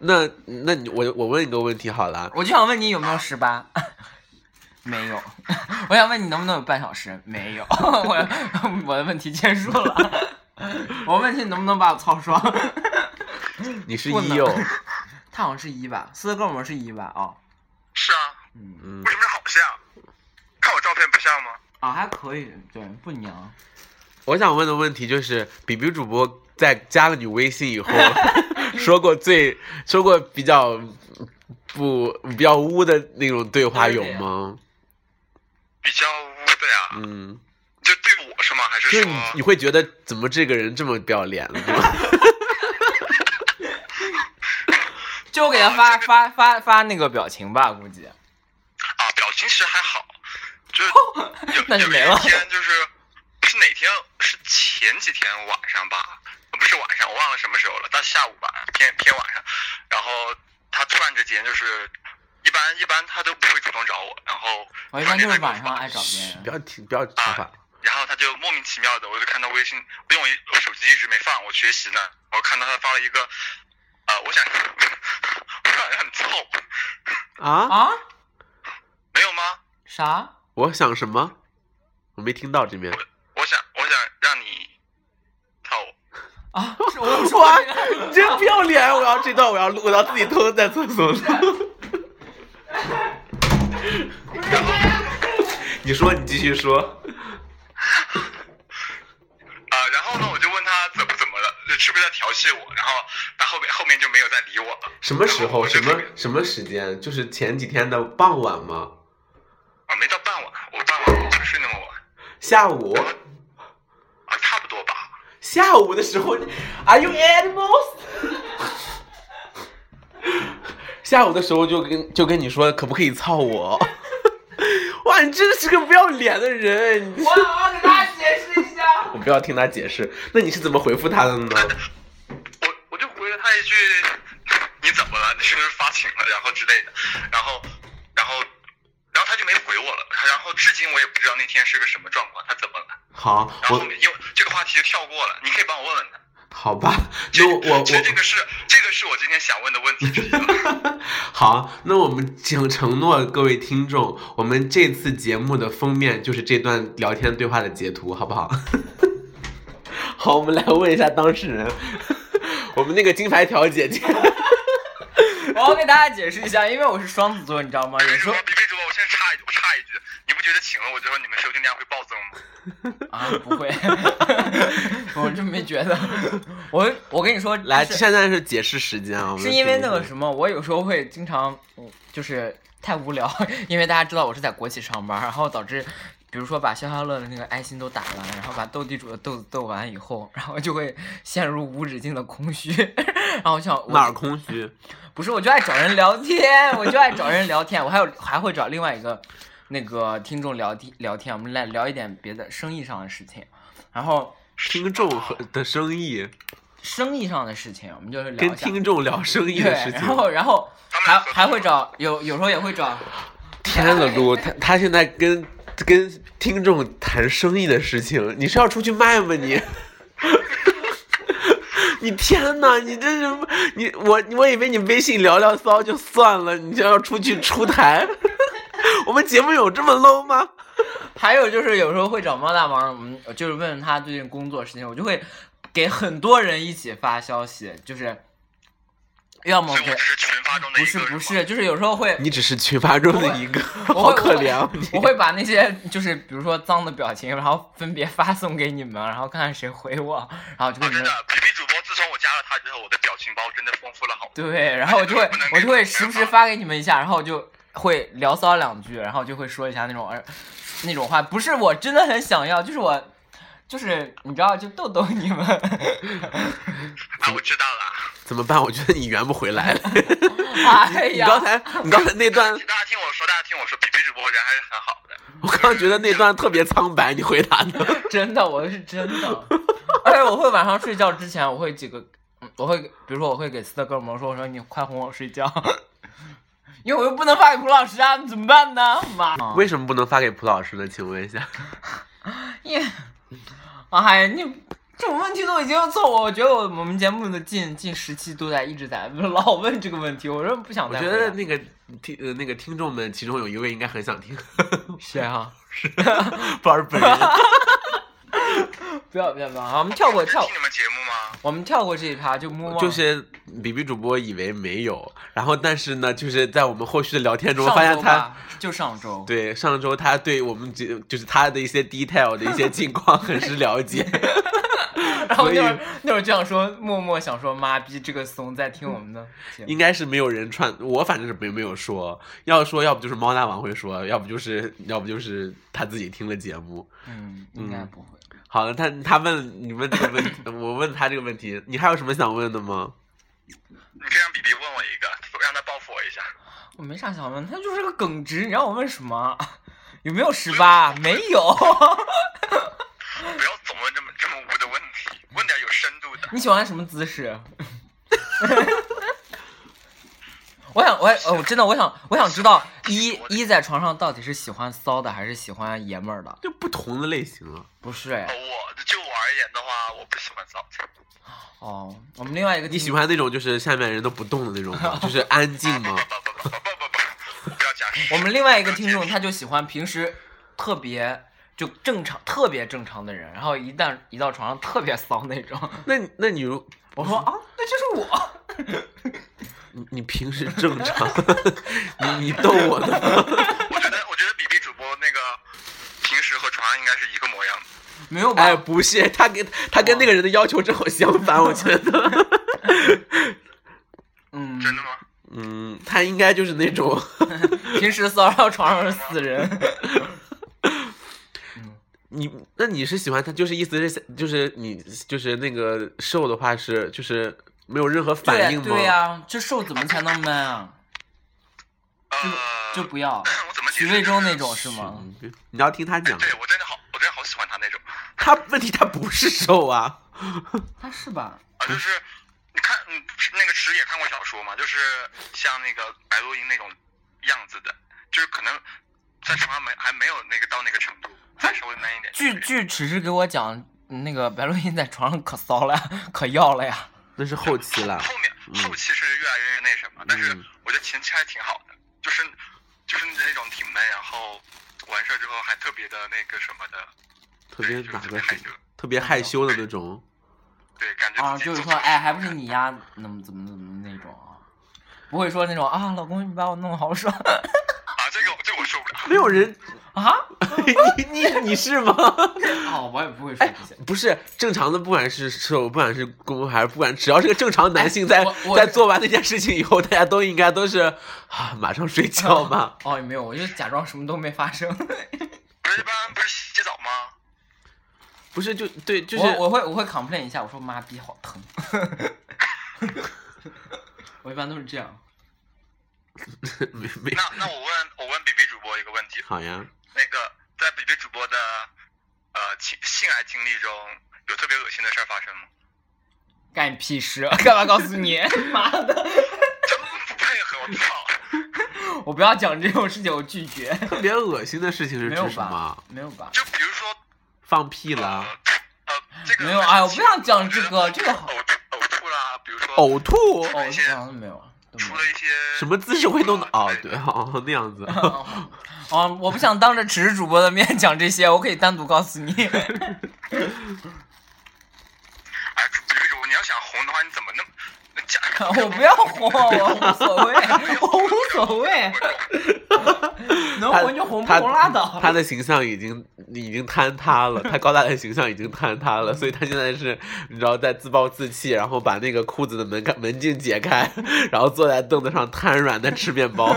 [SPEAKER 2] 那那你我我问你个问题好了，
[SPEAKER 1] 我就想问你有没有十八？没有。 我想问你能不能有半小时？没有。 我我的问题结束了。 我问题能不能把我操爽？
[SPEAKER 2] 你是
[SPEAKER 1] 不能
[SPEAKER 2] 一友，
[SPEAKER 1] 他好像是一吧，四个哥们儿是一吧？哦，
[SPEAKER 4] 嗯，
[SPEAKER 2] 嗯
[SPEAKER 3] 啊为，什么是好像？看我照片不像吗？
[SPEAKER 1] 哦
[SPEAKER 4] 啊，还可以，对，不娘。
[SPEAKER 2] 我想问的问题就是，比比主播在加了你微信以后，说过最说过比较不比较污的那种对话有吗？
[SPEAKER 3] 比较污的呀，
[SPEAKER 2] 嗯，
[SPEAKER 3] 就对我是吗？还
[SPEAKER 2] 就是是
[SPEAKER 3] 说啊
[SPEAKER 2] 你你会觉得怎么这个人这么不要脸了？对吧
[SPEAKER 1] 就我给他发 发发发那个表情吧，估计。
[SPEAKER 3] 啊，表情其实还好，就
[SPEAKER 1] 哦那就
[SPEAKER 3] 有有
[SPEAKER 1] 没了
[SPEAKER 3] 一天就是是哪天是前几天晚上吧，不是晚上，我忘了什么时候了，但下午吧，偏偏晚上，然后他突然之间就是。一般一般他都不会主动找我，然后
[SPEAKER 4] 哦我一般就是晚上
[SPEAKER 3] 哎。
[SPEAKER 4] 爱找别人
[SPEAKER 2] 不。要提不要提话，
[SPEAKER 3] 然后他就莫名其妙的，我就看到微信，因为我一我手机一直没放，我学习呢，我看到他发了一个，啊、我想， 我想让你凑，
[SPEAKER 2] 啊？
[SPEAKER 4] 啊？
[SPEAKER 3] 没有吗？
[SPEAKER 4] 啥？
[SPEAKER 2] 我想什么？我没听到这边。
[SPEAKER 3] 我想，我想让你凑，
[SPEAKER 4] 啊？是我说完
[SPEAKER 2] 你真
[SPEAKER 1] 啊
[SPEAKER 2] 不要脸！我 要这段我要录，我要自己偷偷在厕所录。 你说，你继续说。
[SPEAKER 3] 啊、然后呢，我就问他怎么怎么了，是不是在调戏我？然后他后面后面就没有再理我了，
[SPEAKER 2] 什么时候？什么什么时间？就是前几天的傍晚吗？
[SPEAKER 3] 啊，没到傍晚，我傍晚我不睡那么晚，
[SPEAKER 2] 下午？
[SPEAKER 3] 啊，差不多吧。
[SPEAKER 2] 下午的时候，Are you animals？下午的时候就跟就跟你说，可不可以操我？ 哇，你真的是个不要脸的人！
[SPEAKER 1] 我我给大家解释一下。
[SPEAKER 2] 我不要听他解释。那你是怎么回复他的呢？
[SPEAKER 3] 我我就回了他一句：“你怎么了？你是不是发情了？”然后之类的，然后，然后，然后他就没回我了。然后至今我也不知道那天是个什么状况，他怎么了？
[SPEAKER 2] 好，
[SPEAKER 3] 然后后
[SPEAKER 2] 我
[SPEAKER 3] 面因为这个话题就跳过了，你可以帮我问问他。
[SPEAKER 2] 好吧，
[SPEAKER 3] 这
[SPEAKER 2] 那我我
[SPEAKER 3] 其实这个是这个是我今天想问的问题之一了。
[SPEAKER 2] 我好，那我们请承诺各位听众，我们这次节目的封面就是这段聊天对话的截图，好不好？ 好，我们来问一下当事人， 我们那个金牌条姐姐，
[SPEAKER 1] 我要给大家解释一下，因为我是双子座，你知道吗？
[SPEAKER 3] 比
[SPEAKER 1] 有
[SPEAKER 3] 比
[SPEAKER 1] 时
[SPEAKER 3] 主
[SPEAKER 1] 候
[SPEAKER 3] 播，比比主播，我现在插一我插一句，你不觉得请了我之后你们收听量会暴增吗？
[SPEAKER 1] 啊，不会， 我真没觉得。 我我跟你说，
[SPEAKER 2] 来，
[SPEAKER 1] 就是
[SPEAKER 2] 现在是解释时间啊，我们
[SPEAKER 1] 是因为那个
[SPEAKER 2] 么，
[SPEAKER 1] 什么，我有时候会经常，嗯就是太无聊， 因为大家知道我是在国企上班，然后导致，比如说把消消乐的那个爱心都打完，然后把斗地主的豆子斗完以后，然后就会陷入无止境的空虚， 然后我想我
[SPEAKER 2] 哪儿空虚？
[SPEAKER 1] 不是，我就爱找人聊天，我就爱找人聊天，我还有还会找另外一个那个听众聊天聊天，我们来聊一点别的生意上的事情，然后
[SPEAKER 2] 听众和的生意，
[SPEAKER 1] 生意上的事情，我们就是聊
[SPEAKER 2] 跟
[SPEAKER 1] 一下。
[SPEAKER 2] 听众聊生意
[SPEAKER 1] 对
[SPEAKER 2] 的事，情
[SPEAKER 1] 然。后然后
[SPEAKER 3] 他们
[SPEAKER 1] 还
[SPEAKER 3] 俩合作
[SPEAKER 1] 还会找有有时候也会找
[SPEAKER 2] 天了 噜，他他现在跟跟听众谈生意的事情，你是要出去卖吗你？ 你天哪，你这是你我我以为你微信聊聊骚就算了，你就要出去出台， 我们节目有这么 low 吗？
[SPEAKER 1] 还有就是有时候会找猫大王，我们就是问他最近工作事情，我就会给很多人一起发消息，就是要么
[SPEAKER 3] 所以
[SPEAKER 1] 给
[SPEAKER 3] 我只是群发中的
[SPEAKER 1] 不
[SPEAKER 3] 一
[SPEAKER 1] 是
[SPEAKER 3] 个。
[SPEAKER 1] 不是，就是有时候会
[SPEAKER 2] 你只是群发中的一个，
[SPEAKER 1] 我
[SPEAKER 2] 好
[SPEAKER 1] 会
[SPEAKER 2] 可 怜啊
[SPEAKER 1] 我会
[SPEAKER 2] 你
[SPEAKER 1] 我。会把那些就是比如说脏的表情，然后分别发送给你们，然后看看谁回我，然后就给
[SPEAKER 3] 啊，
[SPEAKER 1] 你
[SPEAKER 3] 真
[SPEAKER 1] 们。
[SPEAKER 3] 的，比比主播自从我加了他之后，我的表情包真的丰富了好多。
[SPEAKER 1] 对，然后我就 会我就会时不时发给你们一下，然后就会聊骚两句，然后就会说一下那种呃那种话，不是我真的很想要，就是我就是你知道就逗逗你 们。
[SPEAKER 3] 啊，我知道了。
[SPEAKER 2] 怎么办？我觉得你圆不回来了。
[SPEAKER 1] 哎
[SPEAKER 2] 你
[SPEAKER 1] 呀，
[SPEAKER 2] 刚才你刚才那段，
[SPEAKER 3] 大家听我说，大家听我说，比比主播人还是很好的。
[SPEAKER 2] 我刚刚觉得那段特别苍白，你回答的。
[SPEAKER 1] 真的，我是真 的，而且我会晚上睡觉之前，我会几个，嗯我会比如说我会给斯德哥尔摩说，我说你快哄我睡觉， 因为我又不能发给蒲老师啊，你怎么办呢？妈，
[SPEAKER 2] 为什么不能发给蒲老师呢？请问一下。
[SPEAKER 1] 耶， 哎呀，你这种问题都已经做我，我觉得我我们节目的近近十期都在一直在老问这个问题，我真不想
[SPEAKER 2] 我
[SPEAKER 1] 再
[SPEAKER 2] 觉
[SPEAKER 1] 回答。
[SPEAKER 2] 得那个听呃那个听众们，其中有一位应该很想听，
[SPEAKER 1] 谁啊？
[SPEAKER 2] 不知道是本人。
[SPEAKER 1] 不要不要不要，好我们跳过
[SPEAKER 3] 真
[SPEAKER 1] 跳
[SPEAKER 3] 听你们节目吗？啊，
[SPEAKER 1] 我们跳过这一趴就 move on。
[SPEAKER 2] 就是比比主播以为没有，然后但是呢，就是在我们后续的聊天中
[SPEAKER 4] 上
[SPEAKER 2] 发现
[SPEAKER 4] 周
[SPEAKER 2] 他
[SPEAKER 4] 吧，就上周。
[SPEAKER 2] 对上周他对我们就就是他的一些 detail 的一些近况很是了解，
[SPEAKER 1] 然后那会儿
[SPEAKER 2] 所
[SPEAKER 1] 那会儿就想说，默默想说，妈逼，这个怂在听我们的节目。
[SPEAKER 2] 应该是没有人串，我反正是没没有说，要说要不就是猫大王会说，要不就是要不就是他自己听了节目。
[SPEAKER 4] 嗯，应该不会。
[SPEAKER 2] 好了，他他问你问这个问题， 我问他这个问题，你还有什么想问的吗？
[SPEAKER 3] 你可以让比比问我一个，让他报复我一下。
[SPEAKER 1] 我没啥想问，他就是个耿直，你让我问什么？啊 有没有十八？啊没有。
[SPEAKER 3] 不要总问这么这么污的问题，问点有深度的。
[SPEAKER 1] 你喜欢什么姿势？ 我想，我哦，真的，我想，我想知道一一在床上到底是喜欢骚的还是喜欢爷们儿的？
[SPEAKER 2] 就不同的类型了。
[SPEAKER 1] 不是哎，
[SPEAKER 3] 我就我而言的话，我不喜欢早操。
[SPEAKER 1] 哦，我们另外一个
[SPEAKER 2] 你喜
[SPEAKER 1] 听
[SPEAKER 2] 欢那种就是下面人都不动的那种 吗？就是安静吗？
[SPEAKER 3] 不不不不不不不，不要讲。
[SPEAKER 1] 我们另外一个听众，他就喜欢平时特别就正常、特别正常的人，然后一旦一到床上特别骚那种。
[SPEAKER 2] 那你那你如
[SPEAKER 1] 我说啊，那就是我。
[SPEAKER 2] 你你平时正 常，你你逗我呢？
[SPEAKER 3] 我觉得我觉得比比主播那个平时和床上应该是一个模样。
[SPEAKER 1] 没有吧？
[SPEAKER 2] 哎，不是，他跟他跟那个人的要求正好相反，我觉得。
[SPEAKER 1] 嗯，
[SPEAKER 3] 真的吗？
[SPEAKER 2] 嗯，他应该就是那种，
[SPEAKER 1] 平时骚扰床上是死人。
[SPEAKER 2] 你那你是喜欢他，就是意思是就是你就是那个瘦的话是就是没有任何反应吗？
[SPEAKER 4] 对对呀、这瘦怎么才能 man 啊？
[SPEAKER 3] 呃，
[SPEAKER 4] 就不要
[SPEAKER 3] 我怎么解
[SPEAKER 4] 徐
[SPEAKER 3] 释
[SPEAKER 4] 渭州那种是吗？
[SPEAKER 2] 嗯你要听他讲，
[SPEAKER 3] 对我真的好，我真的好喜欢他那种
[SPEAKER 2] 他问题他不是瘦啊，
[SPEAKER 4] 他是吧？
[SPEAKER 3] 啊，就是你看，嗯，那个池也看过小说嘛，就是像那个白鹿英那种样子的，就是可能在床上没还没有那个到那个程度，再稍微 man 一点。
[SPEAKER 1] 据据只是给我讲，那个白鹿英在床上可骚了， 可要了呀。
[SPEAKER 2] 那是后期了。
[SPEAKER 3] 后面
[SPEAKER 4] 嗯
[SPEAKER 3] 后期是越来越那什么，但是我觉得前期还挺好的，就是就是那种挺闷，然后完事儿之后还特别的那个什么的，
[SPEAKER 2] 特别
[SPEAKER 3] 对就是
[SPEAKER 2] 哪
[SPEAKER 3] 特
[SPEAKER 2] 个
[SPEAKER 3] 别害羞
[SPEAKER 2] 特别害羞的那种，
[SPEAKER 3] 对，感觉
[SPEAKER 4] 啊，
[SPEAKER 3] 自己
[SPEAKER 4] 就是
[SPEAKER 3] 做
[SPEAKER 4] 说，哎，还不是你呀，那么怎么怎么那种啊？不会说那种啊，老公你把我弄好 爽
[SPEAKER 3] 啊，这个这个我受不了。
[SPEAKER 2] 没有人，
[SPEAKER 4] 啊？
[SPEAKER 2] 你你你是吗？
[SPEAKER 4] 哦，我也不会
[SPEAKER 1] 哎
[SPEAKER 4] 说这些。
[SPEAKER 2] 不是正常的，不管是瘦，不管是公，还是不管，只要是个正常男性 在
[SPEAKER 1] 我我
[SPEAKER 2] 在做完那件事情以后，大家都应该都是 啊，马上睡觉嘛。
[SPEAKER 1] 哦，也没有，我就假装什么都没发生。
[SPEAKER 3] 不是一般不是洗澡吗？
[SPEAKER 2] 不是就对，就是
[SPEAKER 1] 我我会我会 complain 一下，我说妈逼好 疼。我一般都是这样。
[SPEAKER 2] 没没
[SPEAKER 3] 那那我问我问比比主播一个问题，
[SPEAKER 2] 好呀，
[SPEAKER 3] 那个在比比主播的呃性性爱经历中，有特别恶心的事儿发生吗？
[SPEAKER 1] 干你屁事！啊干嘛告诉 你？妈的！
[SPEAKER 3] 真不配合，我操！
[SPEAKER 1] 我不要讲这种事情，我拒绝。
[SPEAKER 2] 特别恶心的事情是
[SPEAKER 1] 没有
[SPEAKER 2] 指什
[SPEAKER 1] 吧
[SPEAKER 2] 么？？
[SPEAKER 1] 没有吧？
[SPEAKER 3] 就比如说
[SPEAKER 2] 放屁啦，
[SPEAKER 3] 呃这个
[SPEAKER 1] 啊没有哎我不想讲这个这个好
[SPEAKER 3] 呕吐呕吐啦，比如说
[SPEAKER 2] 呕吐，
[SPEAKER 1] 哦，我想像没有，都没
[SPEAKER 3] 出
[SPEAKER 1] 有
[SPEAKER 3] 了。一些
[SPEAKER 2] 什么姿势会弄的？哦
[SPEAKER 3] 之，类
[SPEAKER 2] 对，哦那样子。
[SPEAKER 1] 哦，我不想当着只是主播的面讲这些，我可以单独告诉你。
[SPEAKER 3] 哎，比如说你要想红的话，你怎么那么那 假？
[SPEAKER 1] 我不要红，我无所谓，我无所 谓，能
[SPEAKER 2] 他
[SPEAKER 1] 红就红，不
[SPEAKER 2] 他
[SPEAKER 1] 红拉倒。
[SPEAKER 2] 他的形象已经已经坍塌了，他高大的形象已经坍塌了，所以他现在是你知道在自暴自弃，然后把那个裤子的门开门襟解开， 然后坐在凳子上瘫软在吃面包，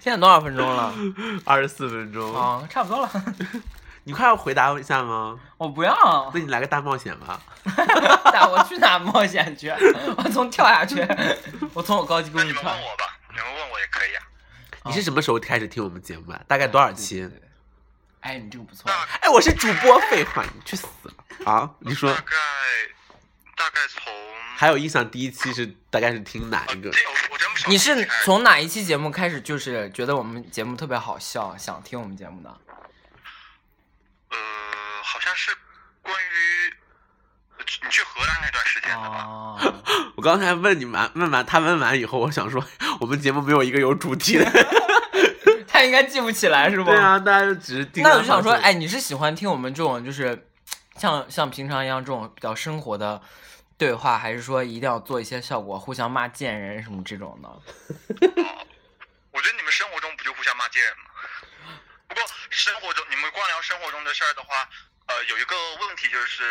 [SPEAKER 1] 现在多少分钟了？
[SPEAKER 2] 二十四分钟，
[SPEAKER 1] 啊，差不多了。
[SPEAKER 2] 你快要回答一下吗？
[SPEAKER 1] 我不要
[SPEAKER 2] 那，你来个大冒险吧，
[SPEAKER 1] 带我去哪冒险去？我从跳下去， 我从我高级
[SPEAKER 3] 那
[SPEAKER 1] 公
[SPEAKER 3] 你
[SPEAKER 1] 寓
[SPEAKER 3] 们
[SPEAKER 1] 跳
[SPEAKER 3] 问。我吧，你们问我也可以啊。
[SPEAKER 1] 哦
[SPEAKER 2] 你是什么时候开始听我们节目啊？大概多少期？
[SPEAKER 1] 哎，你这个不错。
[SPEAKER 3] 大
[SPEAKER 2] 哎，我是主播，废话，你去死啊！你说
[SPEAKER 3] 大概大概从
[SPEAKER 2] 还有印象第一期是大概是听哪
[SPEAKER 3] 呃
[SPEAKER 2] 一个？
[SPEAKER 3] 这我我真不晓得
[SPEAKER 1] 你是
[SPEAKER 3] 哎
[SPEAKER 1] 从哪一期节目开始，就是觉得我们节目特别好笑，想听我们节目的？
[SPEAKER 3] 呃，好像是关于呃你去荷兰那段时间的吧？
[SPEAKER 1] 哦，
[SPEAKER 2] 我刚才问你完，问完他问完以后，我想说， 我们节目没有一个有主题的。
[SPEAKER 1] 他应该记不起来是不？
[SPEAKER 2] 对啊，大家就只是盯。
[SPEAKER 1] 哎那我就想说，，哎，你是喜欢听我们这种就是像像平常一样这种比较生活的对话，还是说一定要做一些效果，互相骂贱人什么这种的？
[SPEAKER 3] 我觉得你们生活中不就互相骂贱吗？不过生活中你们光聊生活中的事儿的话，呃，有一个问题就是，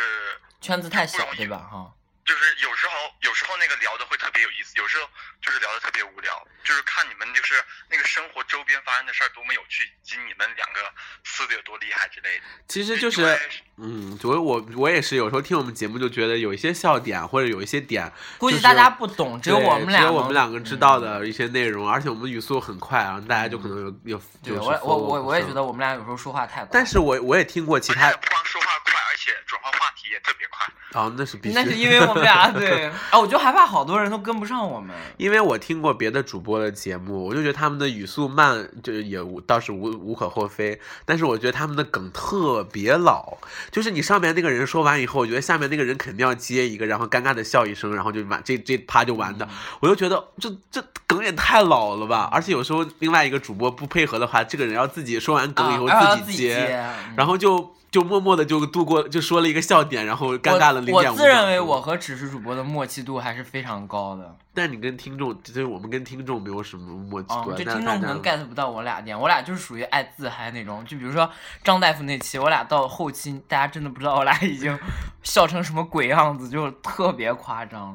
[SPEAKER 1] 圈子太小，对吧？哈，
[SPEAKER 3] 就是有时候有时候那个聊的会特别有意思，有时候就是聊的特别无聊，就是看你们就是那个生活周边发生的事儿多么有趣，以及你们两个撕的有多厉害之类的。
[SPEAKER 2] 其实就是
[SPEAKER 3] 因为
[SPEAKER 2] 嗯，我我我也是有时候听我们节目就觉得有一些笑点啊或者有一些点，
[SPEAKER 1] 估计
[SPEAKER 2] 就是
[SPEAKER 1] 大家不懂，只有
[SPEAKER 2] 对
[SPEAKER 1] 我们俩能，
[SPEAKER 2] 只
[SPEAKER 1] 嗯
[SPEAKER 2] 有我们两个知道的一些内容，而且我们语速很快，然后大家就可能有有
[SPEAKER 1] 对
[SPEAKER 2] 有
[SPEAKER 1] 我
[SPEAKER 2] 时候
[SPEAKER 1] 我我我也
[SPEAKER 2] 不
[SPEAKER 1] 觉
[SPEAKER 2] 是
[SPEAKER 1] 得我们俩有时候说话太快，
[SPEAKER 2] 但是我我也听过其
[SPEAKER 1] 哎
[SPEAKER 2] 他
[SPEAKER 3] 而且不光说话快，而且转换话题也特别快。
[SPEAKER 2] 哦，那是必须，
[SPEAKER 1] 那是因为我们俩 对啊，我就害怕好多人都跟不上我们。
[SPEAKER 2] 因为我听过别的主播的节目，我就觉得他们的语速慢，就是也无倒是无无可厚非。但是我觉得他们的梗特别老，就是你上面那个人说完以后，我觉得下面那个人肯定要接一个，然后尴尬的笑一声，然后就完这这趴就
[SPEAKER 1] 嗯
[SPEAKER 2] 完的。我就觉得这这梗也太老了吧！而且有时候另外一个主播不配合的话，这个人要自己说完梗以后
[SPEAKER 1] 啊、
[SPEAKER 2] 自
[SPEAKER 1] 己
[SPEAKER 2] 己接，
[SPEAKER 1] 嗯
[SPEAKER 2] 然后就就默默的就度过，就说了一个笑点，然后尴尬了零
[SPEAKER 1] 我
[SPEAKER 2] 点五。
[SPEAKER 1] 我自认为我和只是主播的默契度还是非常高的，
[SPEAKER 2] 但你跟听众，就是我们跟听众没有什么默契
[SPEAKER 1] 啊、
[SPEAKER 2] 关
[SPEAKER 1] 这
[SPEAKER 2] 系。
[SPEAKER 1] 听
[SPEAKER 2] 那
[SPEAKER 1] 众可能
[SPEAKER 2] 大家
[SPEAKER 1] get 不到我俩点，我俩就是属于爱自嗨那种。就比如说张大夫那期，我俩到后期，大家真的不知道我俩已经 笑成什么鬼样子，就是特别夸张。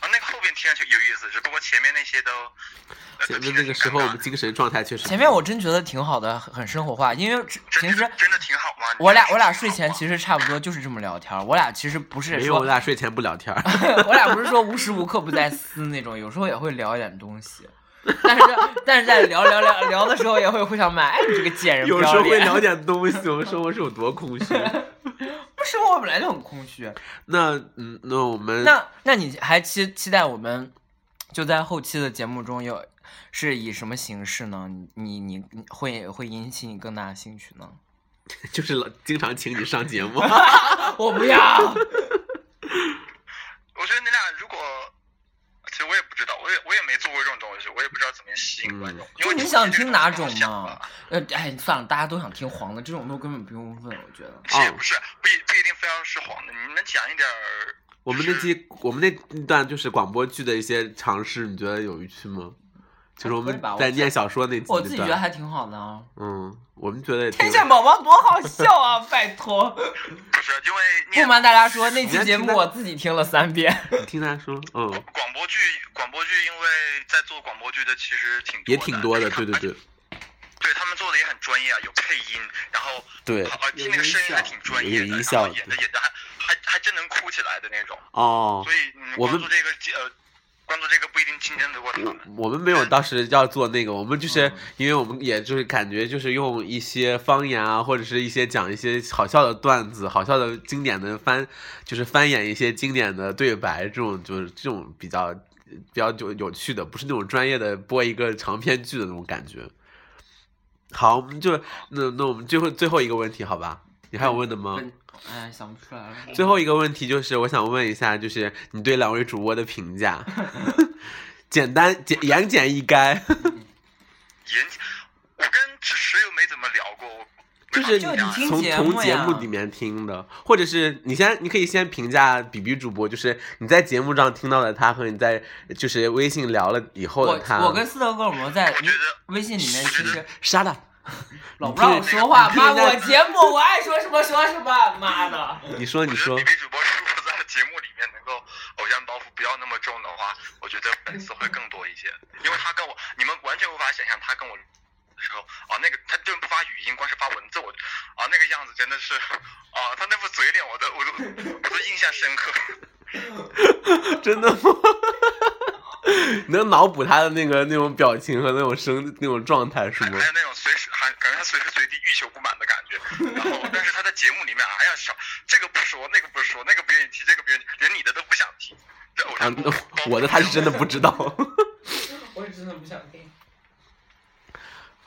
[SPEAKER 3] 啊，那个后边听上去有意思，只不过前面那些都，
[SPEAKER 2] 前面那个时候
[SPEAKER 3] 呃都听着挺尴
[SPEAKER 2] 我
[SPEAKER 3] 尬
[SPEAKER 2] 们精神状态确实，
[SPEAKER 1] 前面我真觉得挺好的，很很生活化，因为只
[SPEAKER 3] 真
[SPEAKER 1] 平时
[SPEAKER 3] 真的挺好吗？
[SPEAKER 1] 我俩我俩睡前其实差不多就是这么聊天儿，我俩其实不是
[SPEAKER 2] 没有
[SPEAKER 1] 说
[SPEAKER 2] 我俩睡前不聊天儿，
[SPEAKER 1] 我俩不是说无时无刻不在撕那种，有时候也会聊一点东西，但是但是在聊聊聊聊的时候也会互相骂，哎，你这个贱人，
[SPEAKER 2] 有
[SPEAKER 1] 不
[SPEAKER 2] 时
[SPEAKER 1] 要
[SPEAKER 2] 候会
[SPEAKER 1] 脸。
[SPEAKER 2] 聊点东西，我们生活是有多 空虚。
[SPEAKER 1] 不 生活本来就很空虚。
[SPEAKER 2] 那嗯，那我们
[SPEAKER 1] 那那你还期期待我们就在后期的节目中有是以什么形式呢？你你你你会会引起你更大的兴趣呢？
[SPEAKER 2] 就是老经常请你上节目，
[SPEAKER 1] 我不要。
[SPEAKER 3] 我觉得你俩如果，其实我也不知道，我也我也没做过这种东西，我也不知道怎么吸引观
[SPEAKER 2] 嗯
[SPEAKER 3] 众。因
[SPEAKER 1] 就
[SPEAKER 3] 为
[SPEAKER 1] 你
[SPEAKER 3] 们
[SPEAKER 1] 想
[SPEAKER 3] 这个
[SPEAKER 1] 听哪
[SPEAKER 3] 东
[SPEAKER 1] 种
[SPEAKER 3] 西想
[SPEAKER 1] 嘛
[SPEAKER 3] 法？
[SPEAKER 1] 呃，哎，算了，大家都想听黄的，这种都根本不用问，我觉得。
[SPEAKER 3] 其实也
[SPEAKER 2] 哦
[SPEAKER 3] 不是，不一不一定非要是黄的，你们讲一点儿。
[SPEAKER 2] 我们那期我们那段就是广播剧的一些尝试，你觉得有趣吗？就是我
[SPEAKER 1] 可以
[SPEAKER 2] 们
[SPEAKER 1] 吧我
[SPEAKER 2] 在
[SPEAKER 1] 自
[SPEAKER 2] 念小说那期
[SPEAKER 1] 我自己
[SPEAKER 2] 那
[SPEAKER 1] 觉得
[SPEAKER 2] 段，
[SPEAKER 1] 还挺好的啊。
[SPEAKER 2] 嗯，我们觉得也挺
[SPEAKER 1] 天线宝宝多好笑 啊！拜托，
[SPEAKER 3] 不是，因为
[SPEAKER 1] 不
[SPEAKER 3] 念
[SPEAKER 1] 瞒大家说，那期
[SPEAKER 2] 你
[SPEAKER 1] 节
[SPEAKER 2] 先听
[SPEAKER 1] 目
[SPEAKER 2] 他
[SPEAKER 1] 我自己听了三遍。
[SPEAKER 2] 听他说，嗯，
[SPEAKER 3] 广播剧，广播剧，因为在做广播剧的其实挺多
[SPEAKER 2] 也挺多的，
[SPEAKER 3] 而且
[SPEAKER 2] 对对对。
[SPEAKER 3] 对他们做的也很专业啊，有配音，然后
[SPEAKER 2] 对
[SPEAKER 3] 啊，听那个声音还挺专业的，
[SPEAKER 2] 有音
[SPEAKER 3] 然
[SPEAKER 2] 效
[SPEAKER 3] 后演着演着还还还真能哭起来的那种。
[SPEAKER 2] 哦，
[SPEAKER 3] 所以你
[SPEAKER 2] 我们嗯
[SPEAKER 3] 关注这个呃，关注这个不一定竞争得过他们。
[SPEAKER 2] 我们没有当时要做那个，我们就是因为我们也就是感觉就是用一些方言啊，或者是一些讲一些好笑的段子、好笑的经典的翻，就是翻演一些经典的对白，这种就是这种比较比较有有趣的，不是那种专业的播一个长篇剧的那种感觉。好，我们就那那我们最后最后一个问题，好吧？你还有问的吗？
[SPEAKER 1] 哎，想不出来了。
[SPEAKER 2] 最后一个问题就是，我想问一下，就是你对两位主播的评价， 简单简言简意赅，
[SPEAKER 3] 严，我跟芷石又没怎么聊过，我
[SPEAKER 2] 就是
[SPEAKER 1] 就你听
[SPEAKER 2] 从
[SPEAKER 1] 节
[SPEAKER 2] 从
[SPEAKER 1] 目
[SPEAKER 2] 节目
[SPEAKER 1] 呀
[SPEAKER 2] 里面听的，或者是你先，你可以先评价比比主播，就是你在节目上听到的他和你在就是微信聊了以后
[SPEAKER 1] 我
[SPEAKER 2] 的他。
[SPEAKER 1] 我跟斯德哥尔摩在
[SPEAKER 3] 我觉得
[SPEAKER 1] 微信里面其实
[SPEAKER 2] 杀了，
[SPEAKER 1] 老不让我说话，
[SPEAKER 2] 你听
[SPEAKER 1] 妈，
[SPEAKER 2] 人家
[SPEAKER 1] 我节目我爱说什么说什么，妈的。
[SPEAKER 2] 你说你
[SPEAKER 3] 我觉得
[SPEAKER 2] 说
[SPEAKER 3] 比，比主播如果在节目里面能够偶像包袱不要那么重的话，我觉得粉丝会更多一些，因为他跟我，你们完全无法想象他跟我。的时候啊，那个他就不发语音，光是发文字，我啊那个样子真的是啊，他那副嘴脸，我都我都我都印象深刻。
[SPEAKER 2] 真的吗？ 能脑补他的那个那种表情和那种声那种状态是吗
[SPEAKER 3] 还？有那种随时还感觉他随时随地欲求不满的感觉。然后，但是他在节目里面，哎呀，少这个不说，那个不说，那个不愿意提，这个不愿意提，连你的都不想提。这偶
[SPEAKER 2] 啊
[SPEAKER 3] 像包，袱
[SPEAKER 2] 我的他是真的不知道。
[SPEAKER 1] 我也真的不想听。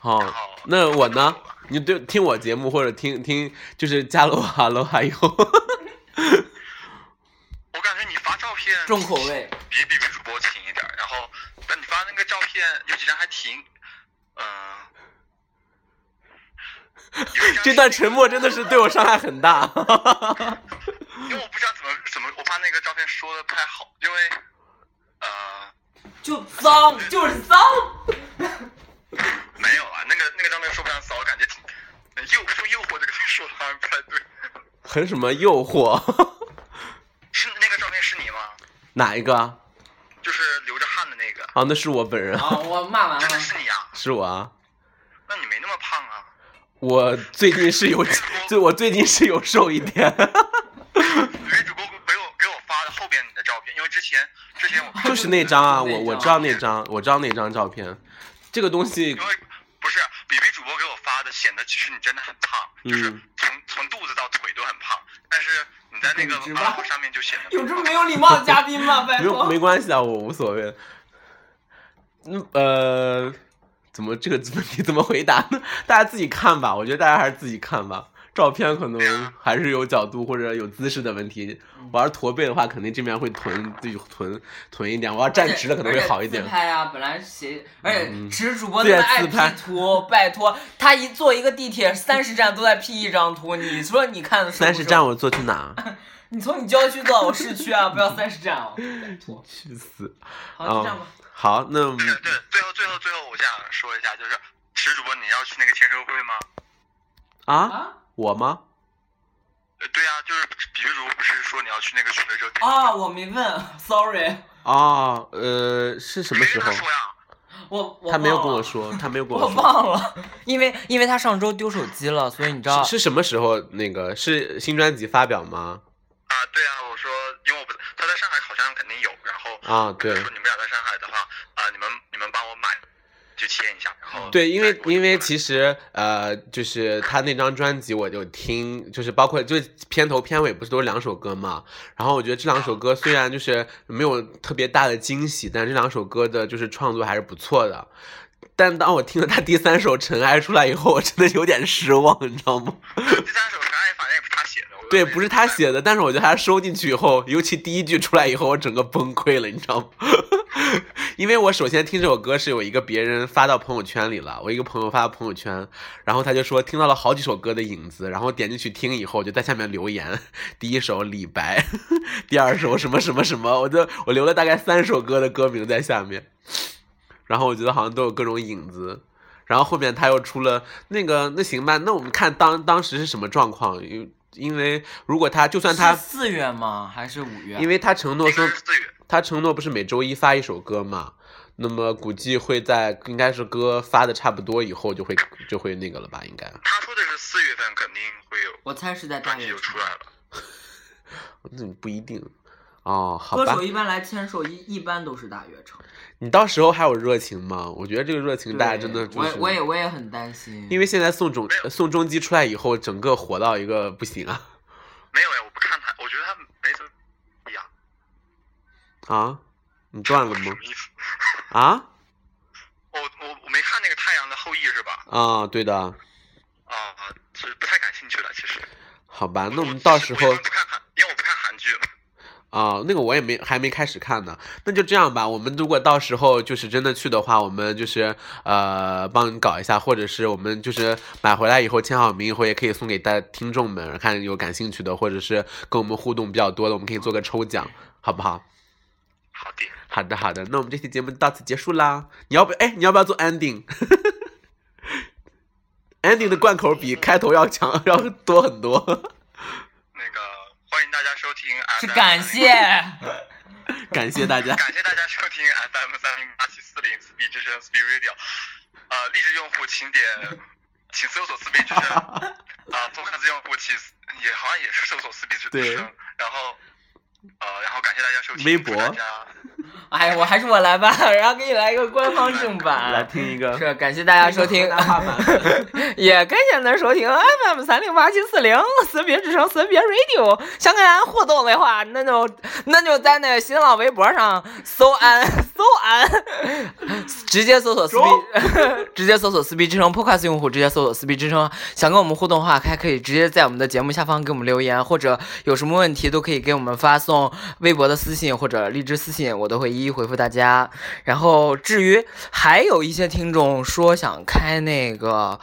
[SPEAKER 2] 好
[SPEAKER 3] 然后，
[SPEAKER 2] 那我呢？你对听我节目或者听听就是加了我哈喽哈以后，
[SPEAKER 3] 我感觉你发照片
[SPEAKER 1] 重口味，
[SPEAKER 3] 比比比主播勤一点儿，然后但你发那个照片有几张还挺，嗯、呃有一张
[SPEAKER 2] 这段沉默真的是对我伤害很大。
[SPEAKER 3] 因为我不知道怎么怎么，我怕那个照片说的太好，因为呃
[SPEAKER 1] 就脏，就是脏。
[SPEAKER 3] 没有啊，那个那个照片说不上骚，我感觉挺诱用诱惑这个词说的好像不太对。
[SPEAKER 2] 很什么诱惑？
[SPEAKER 3] 是那个照片是你吗？
[SPEAKER 2] 哪一个啊？
[SPEAKER 3] 就是流着汗的那个，
[SPEAKER 2] 啊，那是我本人，
[SPEAKER 1] 啊，我骂完了
[SPEAKER 3] 真。的是你啊？
[SPEAKER 2] 是我啊。
[SPEAKER 3] 那你没那么胖啊？
[SPEAKER 2] 我最近是有，最我最近是有瘦一点，
[SPEAKER 3] 女主播给我给我发的后边你的照片，因为之前之前我
[SPEAKER 2] 就是那张啊，我
[SPEAKER 1] 那张
[SPEAKER 2] 我知道那张，我知道那张照片。这个东西
[SPEAKER 3] 因为不是比比主播给我发的，显得其实你真的很胖，就是
[SPEAKER 2] 嗯
[SPEAKER 3] 从从肚子到腿都很胖，但是你在那个
[SPEAKER 1] 简直吧
[SPEAKER 3] 漫画上面就显得
[SPEAKER 1] 有这么没有礼貌的嘉宾吗？拜
[SPEAKER 2] 没有
[SPEAKER 1] 托。
[SPEAKER 2] 没关系啊，我无所谓。嗯呃，怎么这个问题怎么回答呢？ 大家自己看吧，我觉得大家还是自己看吧。照片可能还是有角度或者有姿势的问题。玩驼背的话，肯定这边会臀就臀臀一点；我要站直了，可能会好一点
[SPEAKER 1] 而且自。拍啊，本来谁，而且只是主播
[SPEAKER 2] 对
[SPEAKER 1] 那
[SPEAKER 2] 啊
[SPEAKER 1] 么爱
[SPEAKER 2] 自拍
[SPEAKER 1] P 图，拜托，他一坐一个地铁，三十站都在 P 一张图，你说你看得舒
[SPEAKER 2] 三
[SPEAKER 1] 不
[SPEAKER 2] 十
[SPEAKER 1] 舒服
[SPEAKER 2] 站，我坐去哪？
[SPEAKER 1] 你从你郊区坐到我市区啊，不要三十站 哦，拜托。
[SPEAKER 2] 去死！
[SPEAKER 1] 好，
[SPEAKER 2] 哦
[SPEAKER 1] 就这样吧。
[SPEAKER 2] 好，那
[SPEAKER 3] 对对，最后最后最后，我想说一下，就是石主播你要去那个签售会吗？
[SPEAKER 2] 啊，
[SPEAKER 1] 啊
[SPEAKER 2] 我吗？
[SPEAKER 3] 呃对啊，就是比比主播不是说你要去那个学者点，
[SPEAKER 2] 哦
[SPEAKER 1] 啊，我没问，sorry，
[SPEAKER 2] 啊，呃，是什么
[SPEAKER 3] 没
[SPEAKER 2] 时
[SPEAKER 3] 跟
[SPEAKER 2] 候
[SPEAKER 3] 他？说呀？
[SPEAKER 1] 我我
[SPEAKER 2] 他没有跟
[SPEAKER 1] 忘
[SPEAKER 2] 我
[SPEAKER 1] 了，
[SPEAKER 2] 说，他没有跟
[SPEAKER 1] 我
[SPEAKER 2] 说。
[SPEAKER 1] 忘了，因为因为他上周丢手机了，所以你知道
[SPEAKER 2] 是是什么时候？那个是新专辑发表吗？
[SPEAKER 3] 啊，对啊，我说因为我不他在上海好像肯定有，然后
[SPEAKER 2] 啊，
[SPEAKER 3] 我
[SPEAKER 2] 对
[SPEAKER 3] 说你们俩在上海的话啊、你们你们帮我买就签一下，然后
[SPEAKER 2] 对，因为
[SPEAKER 3] 再过去
[SPEAKER 2] 因为
[SPEAKER 3] 买
[SPEAKER 2] 其实呃，就是他那张专辑我就听，就是包括就是片头片尾不是都是两首歌嘛，然后我觉得这两首歌虽然就是没有特别大的惊喜，但这两首歌的就是创作还是不错的。但当我听了他第三首《尘埃》出来以后，我真的有点失望，你知道吗？
[SPEAKER 3] 第三首《尘埃》反正也不是他写的，我
[SPEAKER 2] 对，不是他写的，但是我觉得他收进去以后，尤其第一句出来以后，我整个崩溃了，你知道吗？ 因为我首先听这首歌是有一个别人发到朋友圈里了，我一个朋友发到朋友圈，然后他就说听到了好几首歌的影子，然后点进去听以后，我就在下面留言，第一首李白， 第二首什么什么什么，我就我留了大概三首歌的歌名在下面，然后我觉得好像都有各种影子，然后后面他又出了那个，那行吧，那我们看当当时是什么状况，因因为如果他就算他
[SPEAKER 1] 是，四月吗？还是五月？
[SPEAKER 2] 因为他承诺
[SPEAKER 3] 应该
[SPEAKER 2] 说
[SPEAKER 3] 是四月，
[SPEAKER 2] 他承诺不是每周一发一首歌嘛，那么估计会在应该是歌发的差不多以后就会就会那个了吧，应该。
[SPEAKER 3] 他说的是四月份肯定会有
[SPEAKER 1] 我猜是
[SPEAKER 2] 嗯
[SPEAKER 1] 在大
[SPEAKER 3] 专辑
[SPEAKER 1] 月
[SPEAKER 3] 就出来了。
[SPEAKER 2] 那不一定。哦，好
[SPEAKER 1] 歌
[SPEAKER 2] 吧
[SPEAKER 1] 手，一般来签售一一般都是大悦城。
[SPEAKER 2] 你到时候还有热情吗？我觉得这个热情大家
[SPEAKER 1] 对
[SPEAKER 2] 真的就
[SPEAKER 1] 我也我也
[SPEAKER 2] 是，
[SPEAKER 1] 我也很担心，
[SPEAKER 2] 因为现在宋仲
[SPEAKER 3] 没有
[SPEAKER 2] 宋仲基出来以后，整个火到一个不行啊
[SPEAKER 3] 没有呀，我不看他，我觉得他没怎么不一样。
[SPEAKER 2] 啊！你断了
[SPEAKER 3] 什
[SPEAKER 2] 吗
[SPEAKER 3] 么？意思？
[SPEAKER 2] 啊
[SPEAKER 3] 我我我没看那个《太阳的后裔》是吧？
[SPEAKER 2] 啊，对的，
[SPEAKER 3] 啊，其实不太感兴趣了。其实，
[SPEAKER 2] 好吧，那我们到时候
[SPEAKER 3] 我一般不看韩，因为我不看韩剧了。
[SPEAKER 2] 啊，那个我也没还没开始看呢，那就这样吧。我们如果到时候就是真的去的话，我们就是呃帮你搞一下，或者是我们就是买回来以后签好名以后，也可以送给大家听众们，看有感兴趣的，或者是跟我们互动比较多的，我们可以做个抽奖，好不好？
[SPEAKER 3] 好的，
[SPEAKER 2] 好的，好的，那我们这期节目就到此结束啦。你要不哎，你要不要做 ending？ending 的贯口比开头要强要多很多，
[SPEAKER 3] 那个欢迎大家收 听 FM，
[SPEAKER 1] 是感谢。
[SPEAKER 2] 感谢大家。
[SPEAKER 3] 感谢大家收听 FM 三零八七四零四 B 之声 Speed Radio。呃，荔枝用户请点， 请搜索四 B 之声。 啊、播客子用户请也好像也是搜索四 B 之
[SPEAKER 2] 对
[SPEAKER 3] 声。然后，呃，然后感谢大家收听。
[SPEAKER 2] 微博
[SPEAKER 3] 祝大家
[SPEAKER 1] 哎，我还是我来吧，然后给你来一个官方正
[SPEAKER 2] 来
[SPEAKER 1] 版。
[SPEAKER 2] 听一个，
[SPEAKER 1] 是，感谢大家收听， 也感谢您收听 FM 三零八七四零死别之声死别 Radio。想跟俺互动的话，那就那就在那个新浪微博上搜俺搜俺，直接搜索撕逼， 直接搜索撕逼之声 Podcast 用户直接搜索撕逼之声。想跟我们互动的话，还可以直接在我们的节目下方给我们留言，或者有什么问题都可以给我们发送微博的私信或者荔枝私信，我都会一一回复大家。然后至于还有一些听众说想开那个。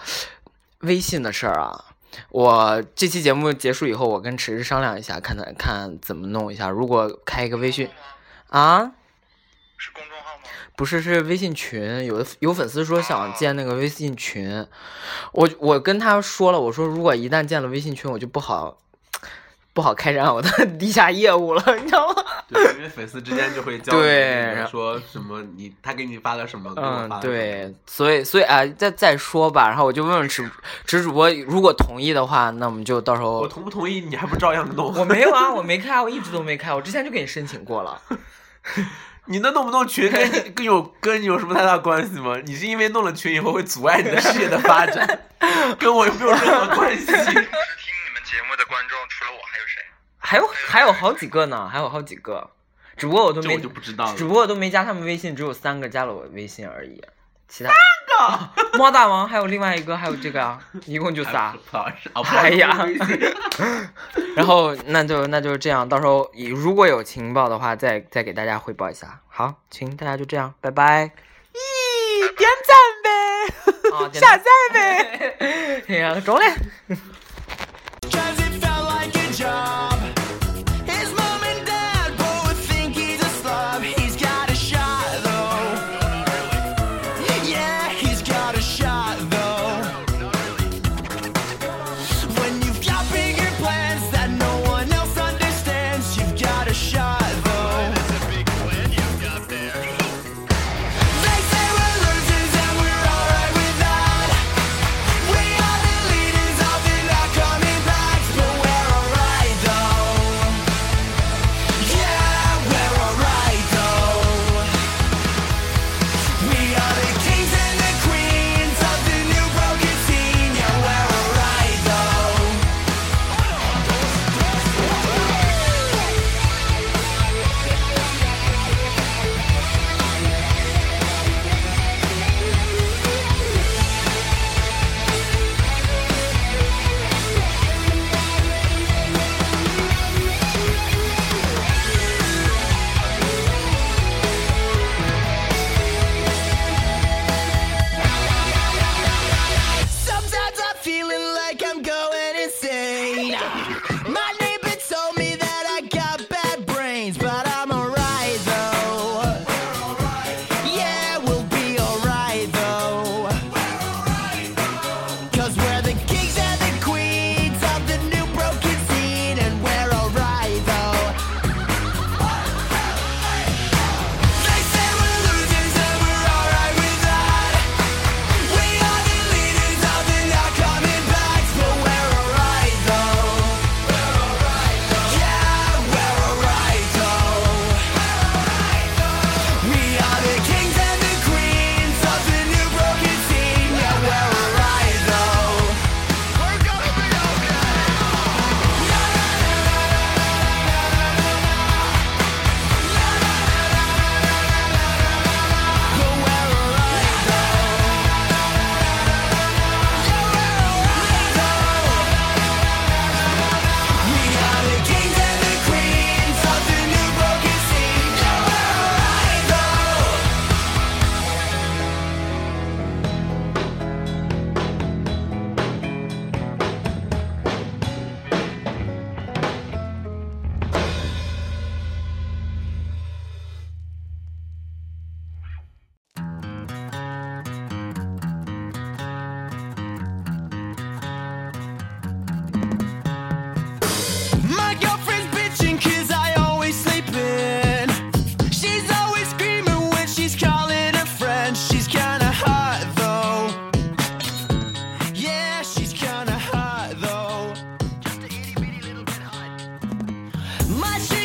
[SPEAKER 1] 微信的事儿啊。我这期节目结束以后，我跟池池商量一下，看他看怎么弄一下。如果开一个微信啊，
[SPEAKER 3] 是公众号吗？
[SPEAKER 1] 不是，是微信群。有的有粉丝说想建那个微信群，我我跟他说了，我说如果一旦建了微信群，我就不好不好开展我的 地下业务了，你知道吗？
[SPEAKER 2] 对，因为粉丝之间就会交流，
[SPEAKER 1] 对
[SPEAKER 2] 就是说什么你他给你发了什么，给我
[SPEAKER 1] 嗯
[SPEAKER 2] 发，了什么
[SPEAKER 1] 对，所以所以啊，再再说吧。然后我就问问池池主播，如果同意的话，那我们就到时候
[SPEAKER 2] 我同不同意，你还不照样弄？
[SPEAKER 1] 我没有啊，我没开，我一直都没开，我之前就给你申请过了。
[SPEAKER 2] 你那弄不弄群跟你跟有跟你有什么太大关系吗？你是因为弄了群以后会阻碍你的事业的发 展，跟我又没有任何关系。
[SPEAKER 3] 平时听你们节目的观众，除了我还有谁？
[SPEAKER 1] 还有还有好几个呢，还有好几个，只不过我都
[SPEAKER 2] 这
[SPEAKER 1] 没
[SPEAKER 2] 我，就不知道
[SPEAKER 1] 只
[SPEAKER 2] 了。
[SPEAKER 1] 不过我都没加他们微信，只有三个加了我微信而已。其他 三个猫大王，还有另外一个，还有这个啊，一共就仨。
[SPEAKER 2] 啊！
[SPEAKER 1] 哎呀
[SPEAKER 2] 不好意思
[SPEAKER 1] 然后那就那就这样，到时候如果有情报的话，再再给大家汇报一下。好，行，大家就这样，拜拜。
[SPEAKER 4] 咦，点赞呗。
[SPEAKER 1] 啊，点
[SPEAKER 4] 下
[SPEAKER 1] 赞
[SPEAKER 4] 载呗。
[SPEAKER 1] 哎呀，中嘞。
[SPEAKER 5] Cause it felt like a job. His mom and dad both think he's a slob. He's got a shot though. Yeah, he's got a shot though. When you've got bigger plans that no one else understands, you've got a shot though. They say we're losers and we're alright with that. We are the leaders of the not coming back, but we're alright though. Yeah, we're alright though. We are the kings and the queens of the new broken scene. Yeah, we're alright though. Sometimes I'm feeling like I'm going insane. My neighbor told me that I got bad brains, but I'm alright though. Yeah, we'll be alright though. Cause we're the kings and the queens of the new broken scene, and we're alright though. They say we're losers and we're alright with that. We are the leaders of the not coming back, but we're alright though. We're alright though. Yeah, we're alright though. We are the kings and the queens of the new broken scene. Yeah, we're alright though. We're gonna be okay. But we're alright though. We are the kings and the queens of the new broken scene. Alright though. My girlfriend's bitching cause I always sleep in. She's always screaming when she's calling her friends. She's kinda hot though. Yeah, she's kinda hot though. Just a itty bitty little bit hot. My shit